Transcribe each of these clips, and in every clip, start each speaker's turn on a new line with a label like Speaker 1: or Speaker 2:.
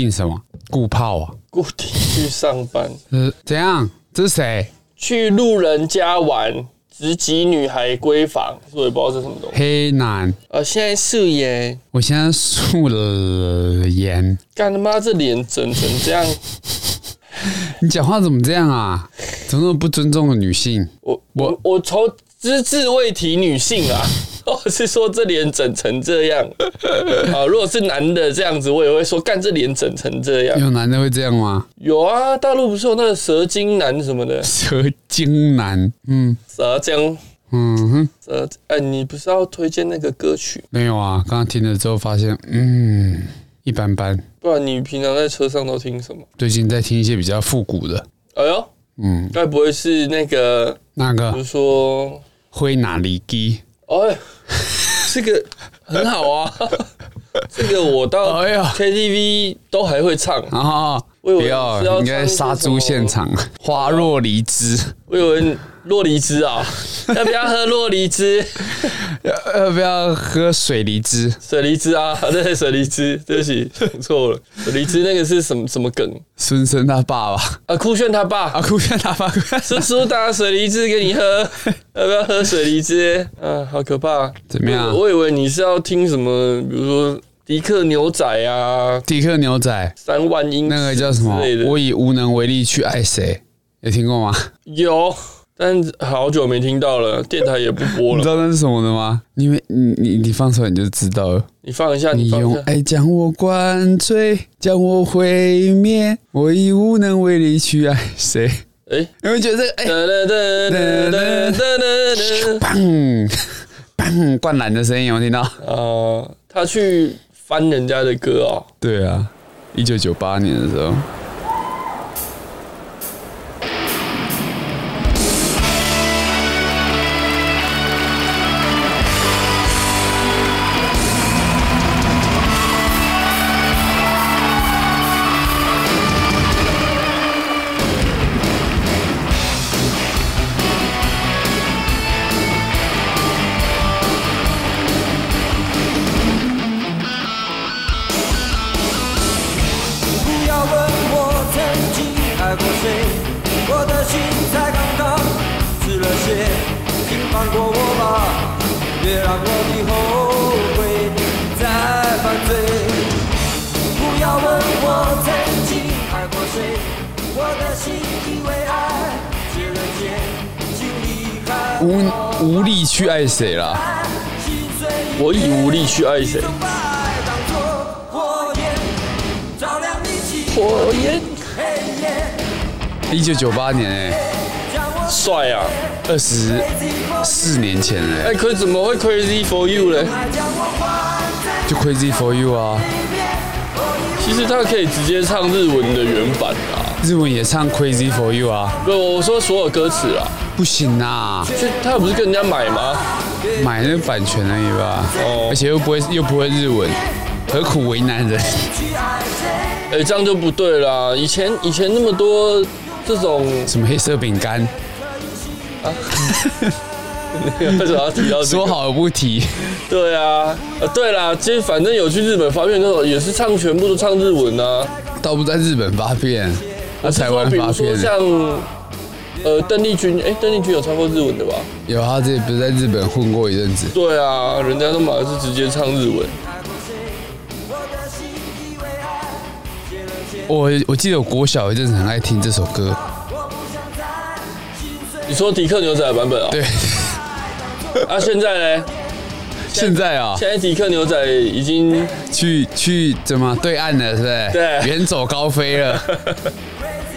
Speaker 1: 印什么？固炮啊？
Speaker 2: 固定去上班，
Speaker 1: 呃，怎样？这是谁？
Speaker 2: 去路人家玩，直击女孩闺房，所以我也不知道是什么东西。
Speaker 1: 黑男，
Speaker 2: 呃，现在是耶，
Speaker 1: 我现在素了颜，
Speaker 2: 干他妈这脸整成这样，
Speaker 1: 你讲话怎么这样啊？怎么那么不尊重女性？
Speaker 2: 我
Speaker 1: 我
Speaker 2: 我我从只字未提女性啊。我是说这脸整成这样啊！如果是男的这样子，我也会说干这脸整成这样。
Speaker 1: 有男的会这样吗？
Speaker 2: 有啊，大陆不是有那个蛇精男什么的，
Speaker 1: 蛇精男，嗯
Speaker 2: 蛇精
Speaker 1: 嗯哼，
Speaker 2: 蛇，哎、你不是要推荐那个歌曲？
Speaker 1: 没有啊。刚刚听了之后发现，嗯，一般般。
Speaker 2: 不然你平常在车上都听什么？
Speaker 1: 最近在听一些比较复古的，
Speaker 2: 哎呦，
Speaker 1: 嗯，
Speaker 2: 该不会是那个，
Speaker 1: 那
Speaker 2: 比
Speaker 1: 个
Speaker 2: 如说，
Speaker 1: 灰哪里基？
Speaker 2: 哎，这个很好啊， 这个我到
Speaker 1: 哎呀
Speaker 2: KTV 都还会唱。
Speaker 1: 然后
Speaker 2: 我以为
Speaker 1: 哦不要
Speaker 2: 是要，
Speaker 1: 应该杀猪现场，花若离枝，
Speaker 2: 我以为洛梨汁啊，要不要喝洛 梨汁？
Speaker 1: 要呃要不要喝水梨汁？
Speaker 2: 水梨汁啊，对，水梨汁，对不起，讲错了。水梨汁那个是什么什么梗
Speaker 1: 孙生他爸爸，
Speaker 2: 啊？酷炫他爸
Speaker 1: 啊，哭炫他爸， 哭炫
Speaker 2: 叔叔打水梨汁给你喝，要不要喝水梨汁？啊，好可怕！
Speaker 1: 怎么样
Speaker 2: 我我以为你是要听什么，比如说迪克牛仔啊，
Speaker 1: 迪克牛仔
Speaker 2: 三万英尺
Speaker 1: 那个叫什么
Speaker 2: 之类？的
Speaker 1: 我以无能为力去爱谁，有听过吗？
Speaker 2: 有，但好久没听到了，电台也不播
Speaker 1: 你知
Speaker 2: 了。
Speaker 1: 道那是什么的吗？因为你你你放手你就知道了。
Speaker 2: 你放一下，
Speaker 1: 你
Speaker 2: 你放一
Speaker 1: 用
Speaker 2: 下。
Speaker 1: 爱将我灌醉，将我毁灭，我已无能为力去爱谁。
Speaker 2: 哎，
Speaker 1: 你会觉得这个哎，
Speaker 2: 哒哒哒哒哒哒哒
Speaker 1: 砰砰灌篮的声音有没有听到？
Speaker 2: 哒。啊，他去翻人家的歌哦。
Speaker 1: 对啊，一九九八年的时候，
Speaker 3: 不要问我曾经爱过谁，我的心才刚刚止了血，请放过我吧，别让我的后悔再犯罪。不要问我曾经爱过谁，我的心因为爱结了结，请离开我
Speaker 1: 无无力去爱谁啦。
Speaker 3: 吧，心碎一
Speaker 2: 我已无力去爱谁
Speaker 3: 种，把爱当作火焰，照亮你心
Speaker 2: 火焰
Speaker 3: 黑夜。
Speaker 1: 一九九八年哎、
Speaker 2: 帅啊！
Speaker 1: 二十四年前哎、
Speaker 2: 哎，可怎么会 Crazy for You 呢？
Speaker 1: 就 Crazy for You 啊，
Speaker 2: 其实他可以直接唱日文的原版啊。
Speaker 1: 日文也唱 Crazy for You 啊，
Speaker 2: 不，我说所有歌词啊，
Speaker 1: 不行啊，
Speaker 2: 就他不是跟人家买吗？
Speaker 1: 买那个版权而已吧，
Speaker 2: 哦
Speaker 1: 而且又不会又不会日文，何苦为难人？
Speaker 2: 哎、这样就不对啦。以前以前那么多这种，
Speaker 1: 什么黑色饼干，
Speaker 2: 为什么要提到、这
Speaker 1: 说？
Speaker 2: 个
Speaker 1: 好不提，
Speaker 2: 对啊，呃，对啦，其实反正有去日本发片歌手也是唱全部都唱日文啊。
Speaker 1: 倒不在日本发片，在台湾
Speaker 2: 比
Speaker 1: 发
Speaker 2: 如说
Speaker 1: 片欸。
Speaker 2: 像呃邓丽君，哎、邓丽君有唱过日文的吧？
Speaker 1: 有啊，他自己不是在日本混过一阵子，
Speaker 2: 对啊，人家都马上是直接唱日文。
Speaker 1: 我我记得我国小有一阵子很爱听这首歌，
Speaker 2: 你说迪克牛仔的版本啊？
Speaker 1: 对，
Speaker 2: 啊，现在呢？
Speaker 1: 现在啊、
Speaker 2: 现在迪克牛仔已经
Speaker 1: 去去怎么对岸了，是不是？
Speaker 2: 对
Speaker 1: 远走高飞了。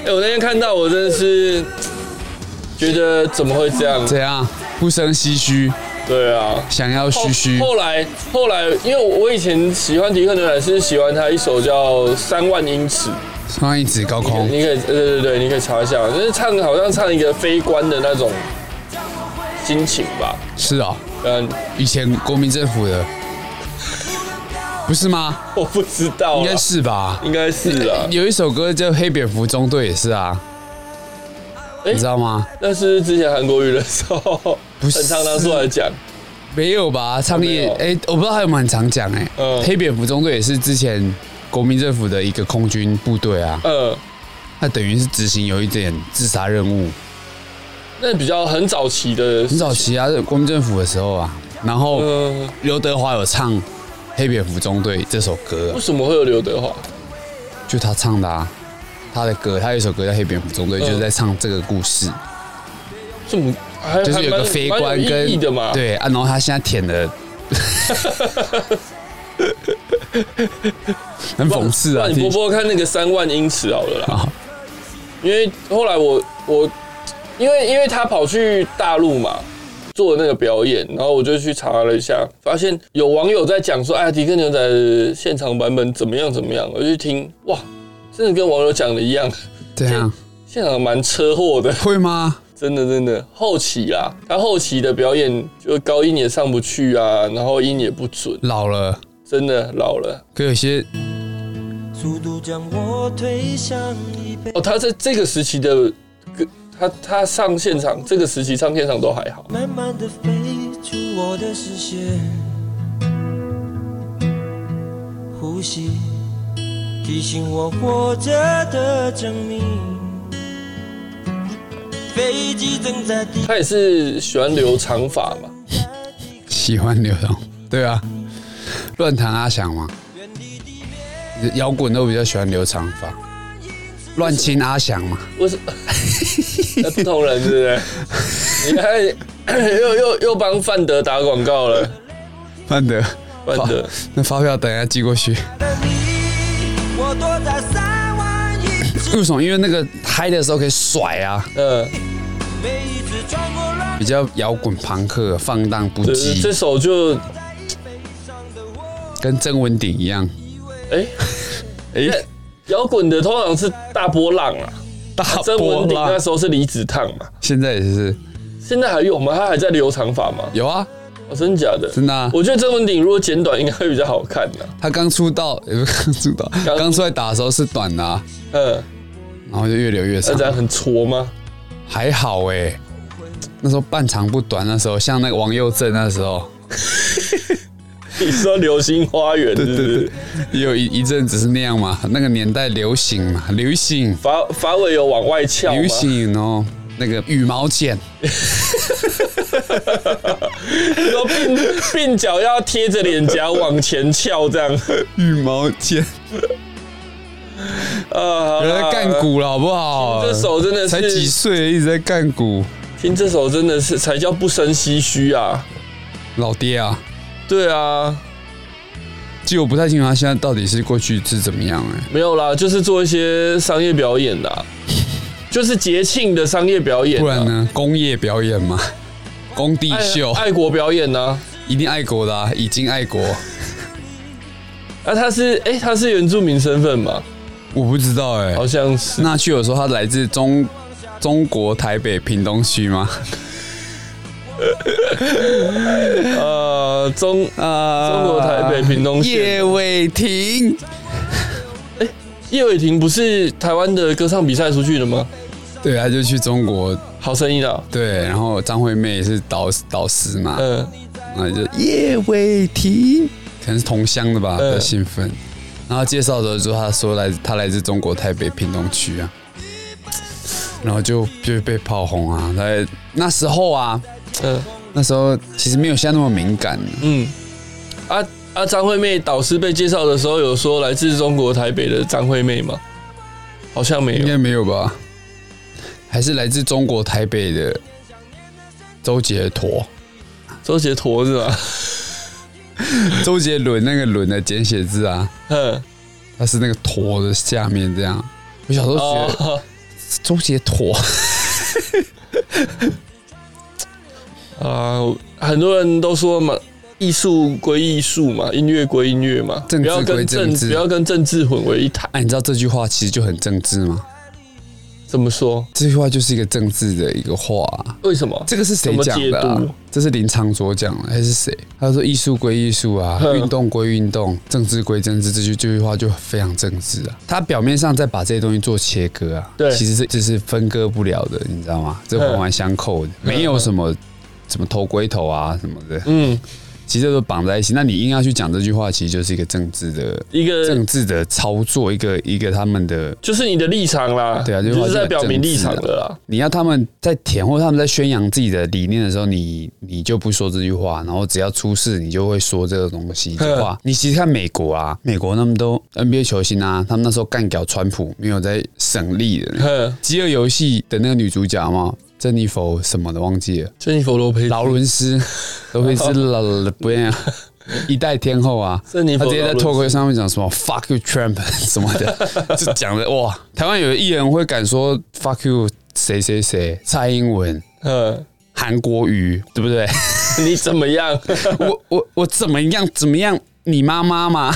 Speaker 2: 哎、我那天看到，我真的是觉得怎么会这样？
Speaker 1: 怎样？不生唏嘘，
Speaker 2: 对啊，
Speaker 1: 想要嘘嘘。
Speaker 2: 后后来后来，因为我以前喜欢迪克牛仔是喜欢他一首叫《三万英尺》，
Speaker 1: 穿一指高空，
Speaker 2: 你可以对对对，你可以查一下，就是唱好像唱一个飞官的那种心情吧。
Speaker 1: 是哦，
Speaker 2: 嗯，
Speaker 1: 以前国民政府的，不是吗？
Speaker 2: 我不知道啊，
Speaker 1: 应该是吧。
Speaker 2: 应该是啊，
Speaker 1: 有一首歌叫《黑蝙蝠中队》，也是啊，
Speaker 2: 哎
Speaker 1: 你知道吗？
Speaker 2: 那是之前韩国语的时候，
Speaker 1: 不是
Speaker 2: 很常拿出来讲。
Speaker 1: 没有吧？唱
Speaker 2: 没
Speaker 1: 夜
Speaker 2: 有
Speaker 1: 哎，我不知道还有没有很常讲哎
Speaker 2: 嗯。
Speaker 1: 黑蝙蝠中队也是之前国民政府的一个空军部队啊，
Speaker 2: 呃，
Speaker 1: 那等于是执行有一点自杀任务，
Speaker 2: 那比较很早期的，
Speaker 1: 很早期啊，国民政府的时候啊，然后
Speaker 2: 嗯、
Speaker 1: 刘德华有唱《黑蝙蝠中队》这首歌啊、
Speaker 2: 为什么会有刘德华？
Speaker 1: 就他唱的啊，他的歌，他有一首歌叫《黑蝙蝠中队》，
Speaker 2: 嗯
Speaker 1: 就是在唱这个故事，
Speaker 2: 这么还
Speaker 1: 就是有
Speaker 2: 还
Speaker 1: 个
Speaker 2: 蛮
Speaker 1: 飞
Speaker 2: 蛮有
Speaker 1: 官
Speaker 2: 意义
Speaker 1: 跟
Speaker 2: 的嘛，，
Speaker 1: 对啊，然后他现在舔的， 很讽刺啊，
Speaker 2: 那你播
Speaker 1: 听
Speaker 2: 播看那个三万英尺好了啦，
Speaker 1: 啊，
Speaker 2: 因为后来我我因为因为他跑去大陆嘛。做那个表演，然后我就去查了一下，发现有网友在讲说，哎，迪克牛仔的现场版本怎么样怎么样？我就去听，哇，真的跟网友讲的一样，
Speaker 1: 这样
Speaker 2: 现场蛮车祸的，
Speaker 1: 啊 会吗？
Speaker 2: 真的真的后期啦，他后期的表演就高音也上不去啊，然后音也不准，
Speaker 1: 老了，
Speaker 2: 真的老了。
Speaker 1: 可有些
Speaker 3: 速度将我推向一杯
Speaker 2: 哦，他在这个时期的歌，他他上现场，这个时期上现场都还好。
Speaker 3: 慢慢的飞出我的视线，呼吸提醒我活着的证明。飞机正在低
Speaker 2: 他也是喜欢留长发嘛，
Speaker 1: 喜欢流浪，对啊，乱弹阿翔嘛，摇滚都比较喜欢留长发，乱亲阿翔嘛，
Speaker 2: 为什么？那不同人是不是？你看，又又又帮范德打广告了，
Speaker 1: 范德，
Speaker 2: 范德，
Speaker 1: 哦那发票等一下寄过去。
Speaker 3: 的你，我躲在三万英尺，
Speaker 1: 为什么？因为那个嗨的时候可以甩啊，
Speaker 2: 嗯，
Speaker 3: 每一次穿过乱
Speaker 1: 比较摇滚朋克、放荡不
Speaker 2: 这
Speaker 1: 羁
Speaker 2: 这，首就
Speaker 1: 跟曾文鼎一样
Speaker 2: 哎哎，摇滚的通常是大波浪啊，
Speaker 1: 大
Speaker 2: 曾
Speaker 1: 波
Speaker 2: 文鼎啊那
Speaker 1: 浪。
Speaker 2: 时候是离子烫嘛。
Speaker 1: 现在也是
Speaker 2: 现在还有吗？他还在留长发吗？
Speaker 1: 有啊，
Speaker 2: 哦，真的假的？
Speaker 1: 真的啊
Speaker 2: 我觉得曾文鼎如果剪短，应该会比较好看的、
Speaker 1: 他刚出道， 也不是刚出道，
Speaker 2: 刚
Speaker 1: 刚出来打的时候是短的、啊，
Speaker 2: 嗯，
Speaker 1: 然后就越留越
Speaker 2: 那
Speaker 1: 长
Speaker 2: 这。样很挫吗？
Speaker 1: 还好哎、那时候半长不短，那时候像那个王佑正那时候，
Speaker 2: 你说《流星花园》是不是？
Speaker 1: 也有一一阵子是那样嘛，那个年代流行嘛，流行
Speaker 2: 发发尾有往外翘吗
Speaker 1: 流？行哦，那个羽毛剪，
Speaker 2: 说鬓 鬓角要贴着脸颊往前翘，这 样
Speaker 1: 羽毛剪，
Speaker 2: 啊，好
Speaker 1: 有人
Speaker 2: 啦
Speaker 1: 在干。股了好不好？
Speaker 2: 这首真的
Speaker 1: 才几
Speaker 2: 是，
Speaker 1: 岁一直在干股，
Speaker 2: 听这首真的是才叫不生唏嘘啊！
Speaker 1: 老爹啊！
Speaker 2: 对啊，
Speaker 1: 其实我不太清楚他现在到底是过去是怎么样哎、
Speaker 2: 没有啦，就是做一些商业表演 啦，就是节庆的商业表演啊，哎
Speaker 1: 不然呢？工业表演 嘛，工地
Speaker 2: 爱
Speaker 1: 秀，
Speaker 2: 爱国表演啊呢、
Speaker 1: 一定爱国的、啊，已经爱国。
Speaker 2: 啊？他是哎、他是原住民身份嘛？
Speaker 1: 我不知道哎、
Speaker 2: 好像哦是。
Speaker 1: 那去有说他来自中中国台北屏东区吗？
Speaker 2: 呃，中
Speaker 1: 啊
Speaker 2: 中国台北屏东县
Speaker 1: 叶伟霆，
Speaker 2: 叶伟霆不是台湾的歌唱比赛出去的吗？
Speaker 1: 对，他就去中国，
Speaker 2: 好声音啊，
Speaker 1: 对，然后张惠妹也是导导师嘛，
Speaker 2: 嗯，
Speaker 1: 然后就叶伟霆，可能是同乡的吧，比
Speaker 2: 嗯
Speaker 1: 较兴奋。然后介绍的时候，他说来他来自中国台北屏东区啊，然后就就被炮轰啊，来那时候啊，
Speaker 2: 嗯
Speaker 1: 那时候其实没有现在那么敏感，
Speaker 2: 嗯，啊啊，张惠妹导师被介绍的时候有说来自中国台北的张惠妹吗？好像没
Speaker 1: 应
Speaker 2: 有
Speaker 1: 该没有吧？还是来自中国台北的周杰陀、
Speaker 2: 周杰陀是吧？
Speaker 1: 周杰伦那个“伦”的简写字啊，
Speaker 2: 嗯，
Speaker 1: 它是那个“陀”的下面这样。我小时候觉得
Speaker 2: 哦，
Speaker 1: 周杰陀，
Speaker 2: 啊，很多人都说嘛，艺术归艺术嘛，音乐归音乐嘛，
Speaker 1: 政
Speaker 2: 不
Speaker 1: 治
Speaker 2: 要
Speaker 1: 归
Speaker 2: 跟
Speaker 1: 政
Speaker 2: 政
Speaker 1: 治
Speaker 2: 不要跟政治混为一谈。
Speaker 1: 哎、你知道这句话其实就很政治吗？
Speaker 2: 怎么说？
Speaker 1: 这句话就是一个政治的一个话啊、
Speaker 2: 为什么？
Speaker 1: 这个是谁讲的、
Speaker 2: 怎么解
Speaker 1: 啊
Speaker 2: 读？
Speaker 1: 这是林长佐讲的还是谁？他说艺术归艺术 啊，
Speaker 2: 嗯
Speaker 1: 运动归运动，政治归政治。这句这句话就非常政治啊。他表面上在把这些东西做切割啊，
Speaker 2: 对
Speaker 1: 其实这这是分割不了的，你知道吗？这环环相扣的，没有什么什么头归头啊什么的。
Speaker 2: 嗯，
Speaker 1: 其实都绑在一起。那你硬要去讲这句话，其实就是一个政治的
Speaker 2: 一个
Speaker 1: 政治的操作，一个一个他们的。
Speaker 2: 就是你的立场啦，
Speaker 1: 对啊，
Speaker 2: 你
Speaker 1: 这句
Speaker 2: 就
Speaker 1: 话
Speaker 2: 是
Speaker 1: 就
Speaker 2: 在
Speaker 1: 很
Speaker 2: 表
Speaker 1: 政
Speaker 2: 明立
Speaker 1: 治
Speaker 2: 场
Speaker 1: 啊
Speaker 2: 的啦。。
Speaker 1: 你要他们在舔或他们在宣扬自己的理念的时候，你你就不说这句话，然后只要出事，你就会说这个东西的话。你其实看美国啊，美国他们都 NBA 球星啊，他们那时候干掉川普，没有在省力的。
Speaker 2: 哼，
Speaker 1: 饥饿游戏的那个女主角嘛，珍妮佛什么的忘记了，
Speaker 2: 珍妮佛罗佩兹
Speaker 1: 劳伦斯，都会是老了不一 样，一代天后啊。
Speaker 2: 珍妮
Speaker 1: 她
Speaker 2: 佛
Speaker 1: 直接在
Speaker 2: 劳伦斯
Speaker 1: 脱口秀上面讲什么 “fuck you Trump” 什么 的，就讲的哇，台湾有的艺人会敢说 “fuck you” 谁谁谁，蔡英文、
Speaker 2: 嗯，
Speaker 1: 韩国瑜，对不 对？
Speaker 2: 你怎 么样？
Speaker 1: 我我我怎么样怎么样？你妈妈 嘛，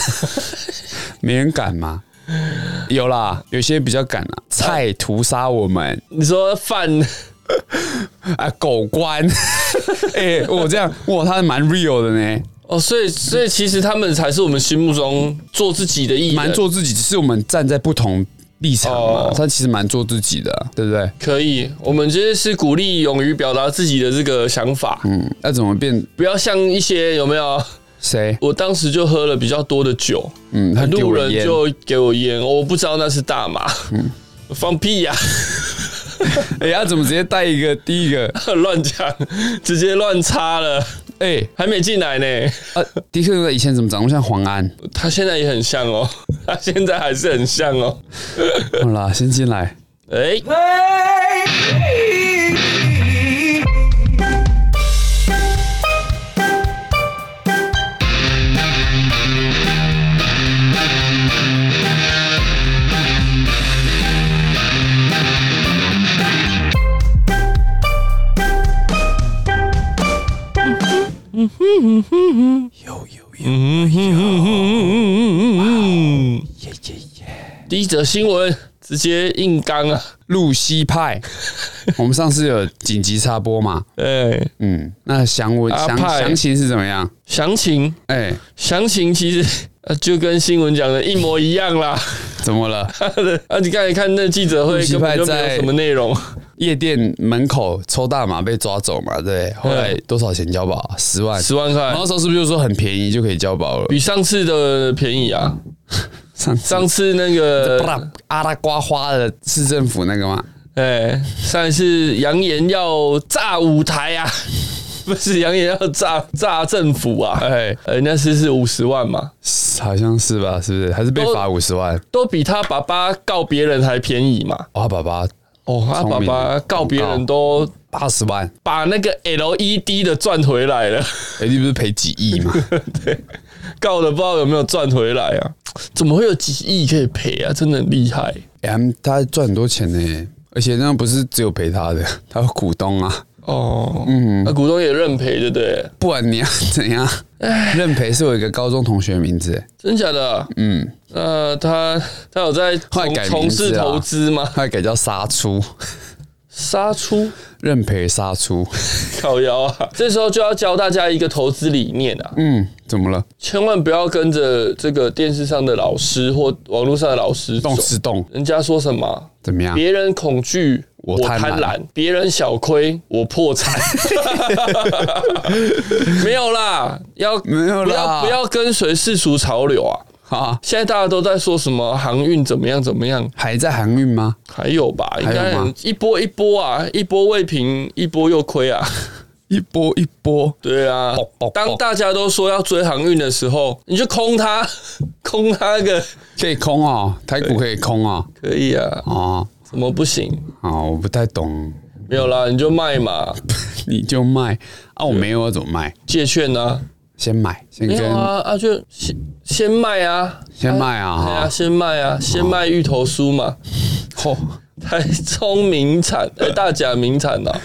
Speaker 1: 没人敢嘛。有啦，有些比较敢啊，菜屠杀我们，
Speaker 2: 你说饭
Speaker 1: 啊，狗官， 哎、我这样，哇，他蛮 real 的呢，
Speaker 2: 哦，所以所以其实他们才是我们心目中做自己的艺人，
Speaker 1: 蛮做自己，只是我们站在不同立场嘛
Speaker 2: 哦，
Speaker 1: 他其实蛮做自己的啊、对不对？
Speaker 2: 可以。我们这是鼓励勇于表达自己的这个想法，
Speaker 1: 嗯，那怎么变
Speaker 2: 不要像一些有没有？
Speaker 1: 谁？
Speaker 2: 我当时就喝了比较多的酒，
Speaker 1: 嗯，他丢
Speaker 2: 路
Speaker 1: 了
Speaker 2: 人
Speaker 1: 烟，嗯
Speaker 2: 就给我烟，我不知道那是大麻，放屁呀、
Speaker 1: 哎，他怎么直接带一个第一个？
Speaker 2: 乱讲，直接乱插了，
Speaker 1: 哎、
Speaker 2: 还没进来呢。
Speaker 1: 啊，迪克以前怎么长得像黄安？
Speaker 2: 他现在也很像哦，他现在还是很像哦。
Speaker 1: 好啦，先进来，
Speaker 2: 哎、
Speaker 3: Baby
Speaker 2: 嗯，第一则新闻直接硬刚啊！
Speaker 1: 露西 派，我们上次有紧急插播嘛？
Speaker 2: 哎、
Speaker 1: 嗯，那详文
Speaker 2: 阿
Speaker 1: 详
Speaker 2: 派
Speaker 1: 详情是怎么样？
Speaker 2: 详情
Speaker 1: 哎、
Speaker 2: 详情其实呃就跟新闻讲的一模一样啦。
Speaker 1: 怎么了？
Speaker 2: 啊，你刚才看那记者会根本就没有什么内容，
Speaker 1: 夜店门口抽大麻被抓走嘛，对，后 来多少钱交保啊？十万，
Speaker 2: 十万块
Speaker 1: 然后那时候是不是就说很便宜就可以交保了？
Speaker 2: 比上次的便宜啊。
Speaker 1: 上上
Speaker 2: 上次那个，
Speaker 1: 阿拉瓜花的市政府那个吗？
Speaker 2: 哎、上一次扬言要炸舞台啊， 不是扬言要炸炸政府啊，
Speaker 1: 哎，
Speaker 2: 呃，那次是五十万嘛，
Speaker 1: 好像是吧？是不是？还是被
Speaker 2: 都
Speaker 1: 罚五十万？
Speaker 2: 都比他爸爸告别人还便宜嘛。
Speaker 1: 哇，爸爸
Speaker 2: 哦，他爸
Speaker 1: 聪明
Speaker 2: 爸告别人都
Speaker 1: 八十万，
Speaker 2: 把那个 LED 的赚回来了，
Speaker 1: 哎，你不是赔几亿吗？
Speaker 2: 告的不知道有没有赚回来啊？怎么会有几亿可以赔啊？真的很厉害。
Speaker 1: 哎，他们他赚很多钱呢，而且那样不是只有赔他的，他有股东啊，
Speaker 2: 哦，嗯，那股东也认赔，对不对？
Speaker 1: 不然你要怎样？认赔是我一个高中同学的名字，哎
Speaker 2: 真假的？嗯，那他他有在
Speaker 1: 快
Speaker 2: 从
Speaker 1: 改名字
Speaker 2: 从事
Speaker 1: 啊
Speaker 2: 投资吗？
Speaker 1: 他改叫杀出，
Speaker 2: 杀出
Speaker 1: 认赔杀出。
Speaker 2: 烤窑啊，这时候就要教大家一个投资理念啊，
Speaker 1: 嗯，怎么了？
Speaker 2: 千万不要跟着这个电视上的老师或网络上的老师走
Speaker 1: 动。吃动
Speaker 2: 人家说什么？
Speaker 1: 怎么样？
Speaker 2: 别人恐惧，
Speaker 1: 啊我
Speaker 2: 我
Speaker 1: 贪
Speaker 2: 贪
Speaker 1: 婪
Speaker 2: 婪；别人小亏，我破 产。没有啦，要
Speaker 1: 没有啦
Speaker 2: 不要不要跟随世俗潮流啊！
Speaker 1: 啊，
Speaker 2: 现在大家都在说什么航运怎么样怎么样，
Speaker 1: 还在航运吗？
Speaker 2: 还有吧？应
Speaker 1: 有
Speaker 2: 该
Speaker 1: 吗
Speaker 2: 很一波一波啊，一波未平，一波又 亏啊。
Speaker 1: 一波一波，
Speaker 2: 对啊
Speaker 1: 爆爆爆，
Speaker 2: 当大家都说要追航运的时候，你就空它， 空它个
Speaker 1: 可以空哦，台股可以空哦，
Speaker 2: 可以啊？
Speaker 1: 哦，
Speaker 2: 怎么不行？
Speaker 1: 啊，我不太懂，
Speaker 2: 没有啦，你就卖嘛，
Speaker 1: 你就卖啊，我没有要怎么卖？
Speaker 2: 借券啊。
Speaker 1: 先买，先
Speaker 2: 没有
Speaker 1: 跟、
Speaker 2: 啊啊，就先先卖啊，
Speaker 1: 先卖啊，
Speaker 2: 对啊，
Speaker 1: 哈
Speaker 2: 先卖啊，先卖芋头酥嘛，
Speaker 1: 哦，
Speaker 2: 台中名产，哎、大甲名 产呐、啊，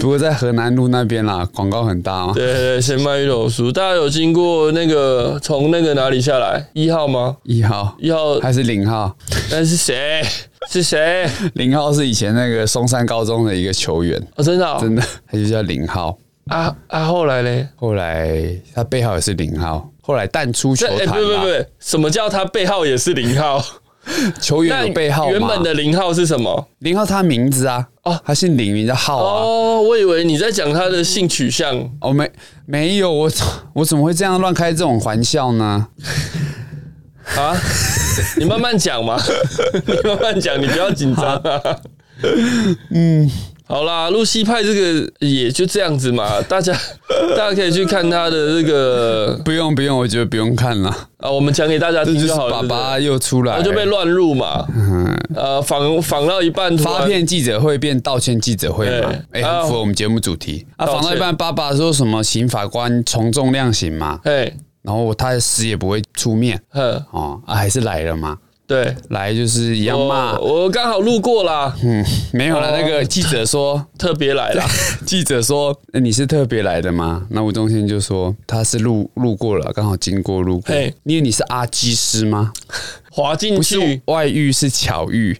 Speaker 1: 不过在河南路那边啦，广告很大嘛，啊
Speaker 2: 对对对，先卖芋头酥。大家有经过那个从那个哪里下来一号吗？
Speaker 1: 一号
Speaker 2: 一号
Speaker 1: 还是零号？
Speaker 2: 那是谁？是谁？
Speaker 1: 零号是以前那个松山高中的一个球员，
Speaker 2: 哦，真的、哦、
Speaker 1: 真的，他就叫零号。
Speaker 2: 啊啊！后来嘞？
Speaker 1: 后来他背号也是零号，后来淡出球
Speaker 2: 这哎、
Speaker 1: 坛啊
Speaker 2: 不不
Speaker 1: 啦。
Speaker 2: 不，什么叫他背号也是零号？
Speaker 1: 球员
Speaker 2: 那
Speaker 1: 有背号吗
Speaker 2: 原本的零号是什么？
Speaker 1: 林浩他的名字啊，
Speaker 2: 哦
Speaker 1: 哦，他姓林，名叫浩啊。
Speaker 2: 哦，我以为你在讲他的性取向。
Speaker 1: 哦，没没有，我 怎我怎么会这样乱开这种玩笑呢？
Speaker 2: 啊， 你慢慢 讲嘛，你慢慢讲，你不要紧张啊。嗯，
Speaker 1: 嗯
Speaker 2: 好啦，露西派这个也就这样子嘛，大 家大家可以去看他的这个
Speaker 1: 不用不用，我觉得不用看了，
Speaker 2: 啊，我们讲给大家
Speaker 1: 这
Speaker 2: 听
Speaker 1: 就是
Speaker 2: 好
Speaker 1: 爸
Speaker 2: 了。
Speaker 1: 哎爸又出来
Speaker 2: 然
Speaker 1: 了，
Speaker 2: 后哦就被乱入嘛，呃，访访到一半突然
Speaker 1: 发片记者会变道歉记者会嘛？哎、
Speaker 2: 对啊
Speaker 1: 很符合我们节目主题。啊，
Speaker 2: 道歉
Speaker 1: 防到一半，爸爸说什么刑法官从重量刑嘛，
Speaker 2: 哎，
Speaker 1: 然后他死也不会出面
Speaker 2: 嗯，
Speaker 1: 哦，啊，还是来了嘛，
Speaker 2: 对，
Speaker 1: 来就是一样骂，
Speaker 2: 我我刚好路过啦，
Speaker 1: 嗯，没有了。
Speaker 2: 哦
Speaker 1: 那个记 者说，
Speaker 2: 特别来 啦，
Speaker 1: 记者说、呃你是特别来的吗？那吴宗宪就说他是路路过了，刚好经过路过
Speaker 2: 嘿。
Speaker 1: 因为你是阿基师吗？
Speaker 2: 滑进
Speaker 1: 不是
Speaker 2: 去，
Speaker 1: 外遇，是巧遇。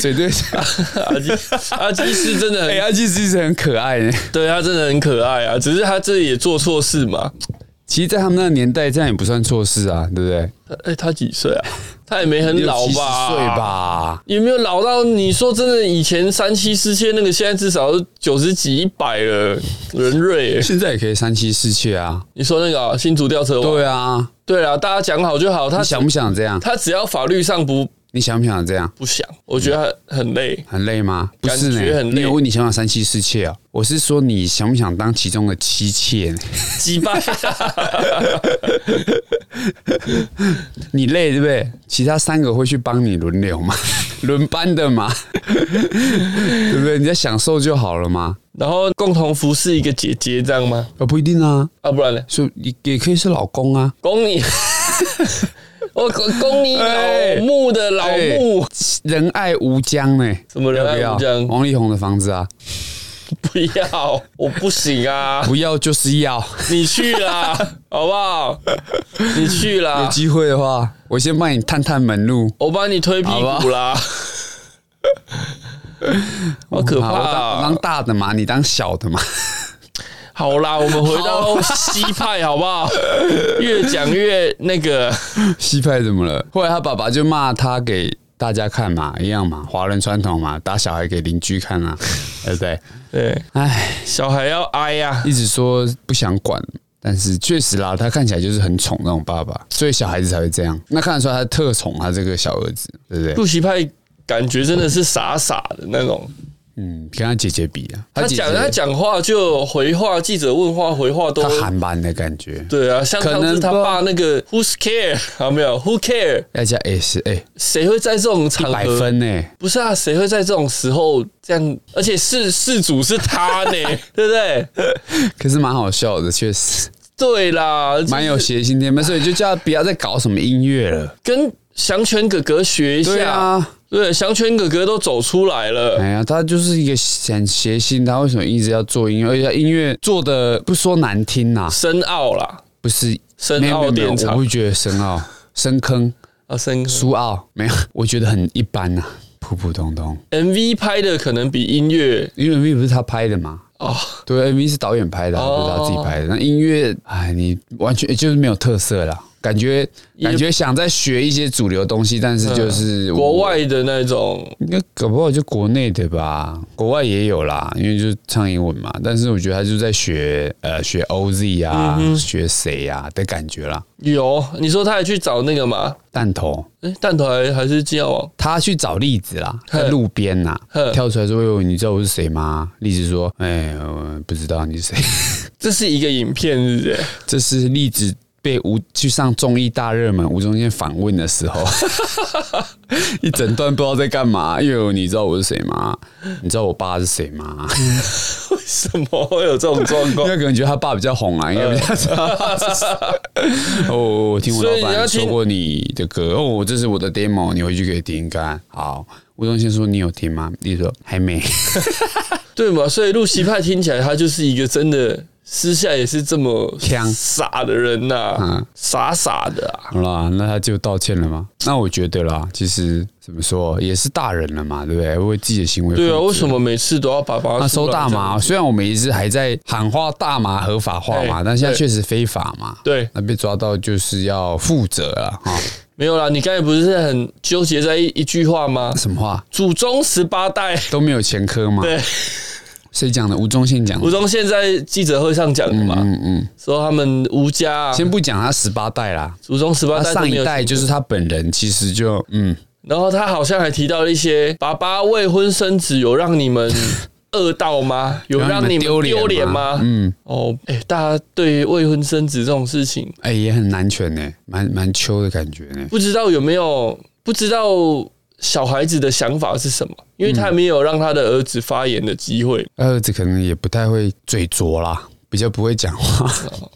Speaker 1: 嘴对，
Speaker 2: 阿基阿基是真的
Speaker 1: 哎、
Speaker 2: 很
Speaker 1: 阿基师是很可爱的。
Speaker 2: 对他真的很可爱啊，只是他这也做错事嘛。
Speaker 1: 其实，在他们那个年代，这样也不算错事啊，对不对？
Speaker 2: 哎、他几岁 啊？他也没很老
Speaker 1: 六七十
Speaker 2: 吧？
Speaker 1: 岁？吧，
Speaker 2: 也没有老到你说真的，以前三妻四妾那个，现在至少九十几、一百了，人瑞、
Speaker 1: 现在也可以三妻四妾啊。
Speaker 2: 你说那个、啊、新竹吊车王？
Speaker 1: 对啊，
Speaker 2: 对啊，大家讲好就好。他
Speaker 1: 你想不想这样？
Speaker 2: 他只要法律上不
Speaker 1: 你想不想这样？
Speaker 2: 不想，我觉得他很累。
Speaker 1: 很累吗？不是
Speaker 2: 感觉
Speaker 1: 呢，
Speaker 2: 很累
Speaker 1: 你有问你想不想三妻四妾啊？我是说你想不想当其中的妻妾呢？
Speaker 2: 击败
Speaker 1: 你累对不对？其他三个会去帮你轮流 嘛，轮班的嘛，对不对？你在享受就好了嘛。
Speaker 2: 然后共同服侍一个姐姐，这样吗？
Speaker 1: 啊，不一定啊，
Speaker 2: 啊，不然呢？
Speaker 1: 所以也也可以是老公啊。
Speaker 2: 供你，我供你
Speaker 1: 哎
Speaker 2: 老木的老木，
Speaker 1: 仁爱无疆呢、
Speaker 2: 什么人
Speaker 1: 要不
Speaker 2: 爱
Speaker 1: 要
Speaker 2: 无疆？
Speaker 1: 王力宏的房子啊，
Speaker 2: 不要，我不行啊！
Speaker 1: 不要就是 要。
Speaker 2: 你去啦，好不好？你去
Speaker 1: 有
Speaker 2: 啦，
Speaker 1: 机会的话，我先帮你探探门路。
Speaker 2: 我帮你推屁股啦。好可怕、
Speaker 1: 好我当我当
Speaker 2: 啊！
Speaker 1: 大的嘛，你当小的嘛。
Speaker 2: 好啦，我们回到西派好不好？越讲越那个，
Speaker 1: 西派怎么了？后来他爸爸就骂他给大家看嘛，一样嘛，华人传统嘛，打小孩给邻居看啊，对不对？
Speaker 2: 对，
Speaker 1: 唉，
Speaker 2: 小孩要挨呀、啊。
Speaker 1: 一直说不想管。但是确实啦，他看起来就是很宠那种爸爸，所以小孩子才会这样。那看得出来他特宠他这个小儿子，对不对？
Speaker 2: 露西派感觉真的是傻傻的那种，
Speaker 1: 嗯，跟他姐姐比啊，
Speaker 2: 他
Speaker 1: 姐姐
Speaker 2: 讲他讲话就回话，记者问话回话都
Speaker 1: 他韩版的感觉，
Speaker 2: 对啊，像
Speaker 1: 可
Speaker 2: 上
Speaker 1: 能
Speaker 2: 次他
Speaker 1: 吧
Speaker 2: 爸那个 Who's care 啊，没有 Who care，
Speaker 1: 要加 S 哎，
Speaker 2: 谁会在这种场合
Speaker 1: 百分哎呢、
Speaker 2: 不是啊，谁会在这种时候这样？而且事事主是他 呢，对不对？
Speaker 1: 可是蛮好笑的，确实
Speaker 2: 对啦，就是
Speaker 1: 蛮有谐星天分，所以就叫他不要再搞什么音乐了。
Speaker 2: 跟祥泉哥哥学一
Speaker 1: 对
Speaker 2: 下。
Speaker 1: 啊，
Speaker 2: 对，祥泉哥哥都走出来了，
Speaker 1: 哎呀，他就是一个很谐星，他为什么一直要做音乐？而且他音乐做的不说难听呐、
Speaker 2: 深奥啦，
Speaker 1: 不是
Speaker 2: 深
Speaker 1: 没有
Speaker 2: 奥
Speaker 1: 没有
Speaker 2: 电
Speaker 1: 没有，我
Speaker 2: 厂
Speaker 1: 不觉得深奥、深坑、
Speaker 2: 啊，深
Speaker 1: 苏澳没有，我觉得很一般呐、普普通通。
Speaker 2: MV 拍的可能比音乐
Speaker 1: 因为 MV 不是他拍的嘛，
Speaker 2: 哦，
Speaker 1: 对，MV 是导演拍的啊，
Speaker 2: 哦
Speaker 1: 不是他自己拍的。那音乐，哎，你完全就是没有特色啦，感觉
Speaker 2: 也
Speaker 1: 感觉想在学一些主流东西，但是就是我
Speaker 2: 嗯国，外的那种，
Speaker 1: 应该搞不好就国内的吧，国外也有啦，因为就是唱英文嘛。但是我觉得他就在学呃学 OZ
Speaker 2: 嗯
Speaker 1: 啊，学谁呀、啊、的感觉啦。
Speaker 2: 有你说他还去找那个嘛？
Speaker 1: 弹头，
Speaker 2: 哎，弹头还还是金耀王？
Speaker 1: 他去找栗子啦，在
Speaker 2: 哼
Speaker 1: 路边呐、
Speaker 2: 哼
Speaker 1: 跳出来说：“哟，你知道我是谁吗？”栗子说：“哎、我不知道你是谁。”
Speaker 2: 这是一个影片，是不是？
Speaker 1: 这是栗子被吴去上综艺大热门吴宗宪访问的时候， 一整段不知道在干嘛。因为你知道我是谁吗？你知道我爸是谁吗？
Speaker 2: 为什么会有这种状
Speaker 1: 因
Speaker 2: 况？
Speaker 1: 为可能觉得他爸比较红啊，应该比较知道他是谁。 哦，我听我
Speaker 2: 所以
Speaker 1: 老
Speaker 2: 你要
Speaker 1: 板
Speaker 2: 听
Speaker 1: 说过你的歌哦，这是我的 demo，你回去可以听看。好，吴宗宪说你有听吗？栗子说还没。
Speaker 2: 对嘛？所以露西派听起来他就是一个真的私下也是这么
Speaker 1: 呛
Speaker 2: 傻的人呐、
Speaker 1: 嗯
Speaker 2: 傻傻的啊。
Speaker 1: 好啦，那他就道歉了吗？那我觉得啦，其实怎么说也是大人了嘛，对不对？为自己的行为
Speaker 2: 对啊，
Speaker 1: 负责
Speaker 2: 为什么每次都要把把
Speaker 1: 那收大麻，？虽然我们一直还在喊话大麻合法化嘛，
Speaker 2: 哎
Speaker 1: 但现在
Speaker 2: 对
Speaker 1: 确实非法嘛。
Speaker 2: 对
Speaker 1: 那被抓到就是要负责了哈。
Speaker 2: 没有啦，你刚才不是很纠结在一一句话吗？
Speaker 1: 什么话
Speaker 2: 祖宗十八代，
Speaker 1: 都没有前科嘛？
Speaker 2: 对，
Speaker 1: 谁讲的？吴宗宪讲的
Speaker 2: 吴。宗宪在记者会上讲的嘛，
Speaker 1: 嗯嗯，
Speaker 2: 说他们吴家、啊、
Speaker 1: 先不讲他十八代啦，
Speaker 2: 祖宗十八
Speaker 1: 他
Speaker 2: 代
Speaker 1: 上
Speaker 2: 都
Speaker 1: 一
Speaker 2: 没有
Speaker 1: 代
Speaker 2: 钱
Speaker 1: 就是他本人，其实就嗯，
Speaker 2: 然后他好像还提到了一些爸爸未婚生子有让你 们饿到吗？有让你们
Speaker 1: 丢
Speaker 2: 丢脸
Speaker 1: 吗
Speaker 2: 吗？？
Speaker 1: 嗯，
Speaker 2: 哦，哎、大家对于未婚生子这种事情，
Speaker 1: 哎，也很难全呢，蛮蛮秋的感觉呢。
Speaker 2: 不知道有没有不知道小孩子的想法是什么？因为他没有让他的儿子发言的机会。
Speaker 1: 儿呃子可能也不太会嘴拙啦，比较不会讲话，
Speaker 2: 哦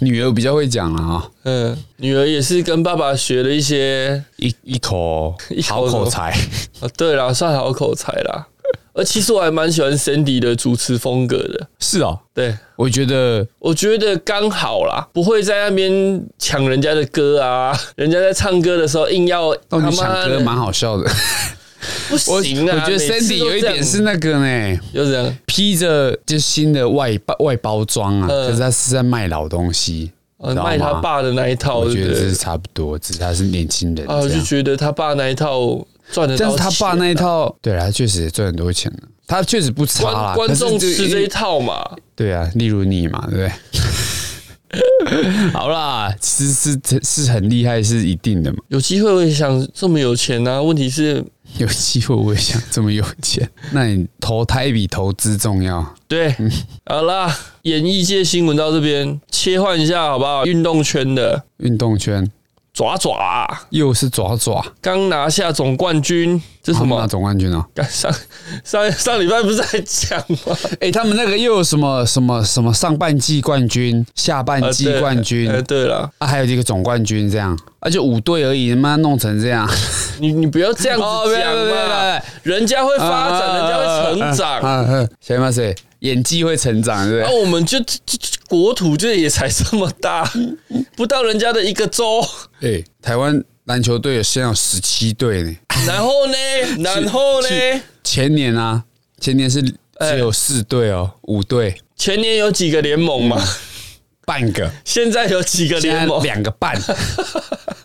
Speaker 1: 女儿比较会讲啦啊，
Speaker 2: 嗯，女儿也是跟爸爸学了一些。
Speaker 1: 一一口
Speaker 2: 一
Speaker 1: 好
Speaker 2: 口
Speaker 1: 口才，
Speaker 2: 啊，对啦，算好口才啦。而其实我还蛮喜欢 Cindy 的主持风格的，
Speaker 1: 是哦，
Speaker 2: 对。
Speaker 1: 我觉得
Speaker 2: 我觉得刚好啦，不会在那边抢人家的歌啊，人家在唱歌的时候硬要
Speaker 1: 到
Speaker 2: 他
Speaker 1: 你
Speaker 2: 妈
Speaker 1: 抢歌
Speaker 2: 的
Speaker 1: 蛮好笑的。
Speaker 2: 不
Speaker 1: 我我
Speaker 2: 行啊！
Speaker 1: 觉得
Speaker 2: 每次都
Speaker 1: Sandy 有一
Speaker 2: 这样
Speaker 1: 点是那个呢，
Speaker 2: 就这样
Speaker 1: 披着就新的外包外包装啊，
Speaker 2: 嗯
Speaker 1: 可是他是在卖老东西，你
Speaker 2: 呃
Speaker 1: 知道
Speaker 2: 卖他
Speaker 1: 吗？
Speaker 2: 爸的那一套，
Speaker 1: 我
Speaker 2: 对
Speaker 1: 觉
Speaker 2: 不
Speaker 1: 得
Speaker 2: 对
Speaker 1: 这是差不多，只是他是年轻人
Speaker 2: 啊，我
Speaker 1: 这
Speaker 2: 哦就
Speaker 1: 样。
Speaker 2: 觉得他爸那一套赚得到
Speaker 1: 但是
Speaker 2: 钱啊，
Speaker 1: 他爸那一套，对啊，他确实也赚很多钱了，他确实不差啦。
Speaker 2: 观观众
Speaker 1: 可是
Speaker 2: 吃
Speaker 1: 就
Speaker 2: 这一套嘛，
Speaker 1: 对啊，例如你嘛，对不对？ 好啦，其实是是很厉害，是一定的嘛。
Speaker 2: 有机会我也想这么有钱啊，问题是，
Speaker 1: 有机会我也想这么有 钱，那你投胎比投资重要。
Speaker 2: 对，好啦，演艺界新闻到这边切换一下好不好？运动圈的
Speaker 1: 运动圈
Speaker 2: 爪爪啊、
Speaker 1: 又是爪爪，
Speaker 2: 刚拿下总冠军，这什
Speaker 1: 他们拿
Speaker 2: 么？
Speaker 1: 总冠军哦？
Speaker 2: 刚上上上礼拜不是在讲 吗？
Speaker 1: 哎、他们那个又有什么什么什么上半季冠军、下半
Speaker 2: 呃
Speaker 1: 季
Speaker 2: 对
Speaker 1: 冠军、
Speaker 2: 呃，对了，
Speaker 1: 啊，还有一个总冠军这样，而且啊五队而已，他妈弄成这样，
Speaker 2: 你你不要这样子
Speaker 1: 哦别
Speaker 2: 讲
Speaker 1: 别别
Speaker 2: 嘛
Speaker 1: 别，
Speaker 2: 人家会发展，人家会成
Speaker 1: 啊
Speaker 2: 长。
Speaker 1: 啊啊啊小马谁演技会成长，对不
Speaker 2: 那
Speaker 1: 对？
Speaker 2: 我们就就就就国土就也才这么大， 不到人家的一个州。
Speaker 1: 哎、台湾篮球队有现在有十七队呢，
Speaker 2: 然后呢， 然后呢，
Speaker 1: 去前年啊，前年是
Speaker 2: 哎
Speaker 1: 只有四队哦，五队
Speaker 2: 前年有几个联盟嘛？
Speaker 1: 半个，
Speaker 2: 现在有几个
Speaker 1: 嗯现
Speaker 2: 联
Speaker 1: 在
Speaker 2: 盟？
Speaker 1: 两个 半，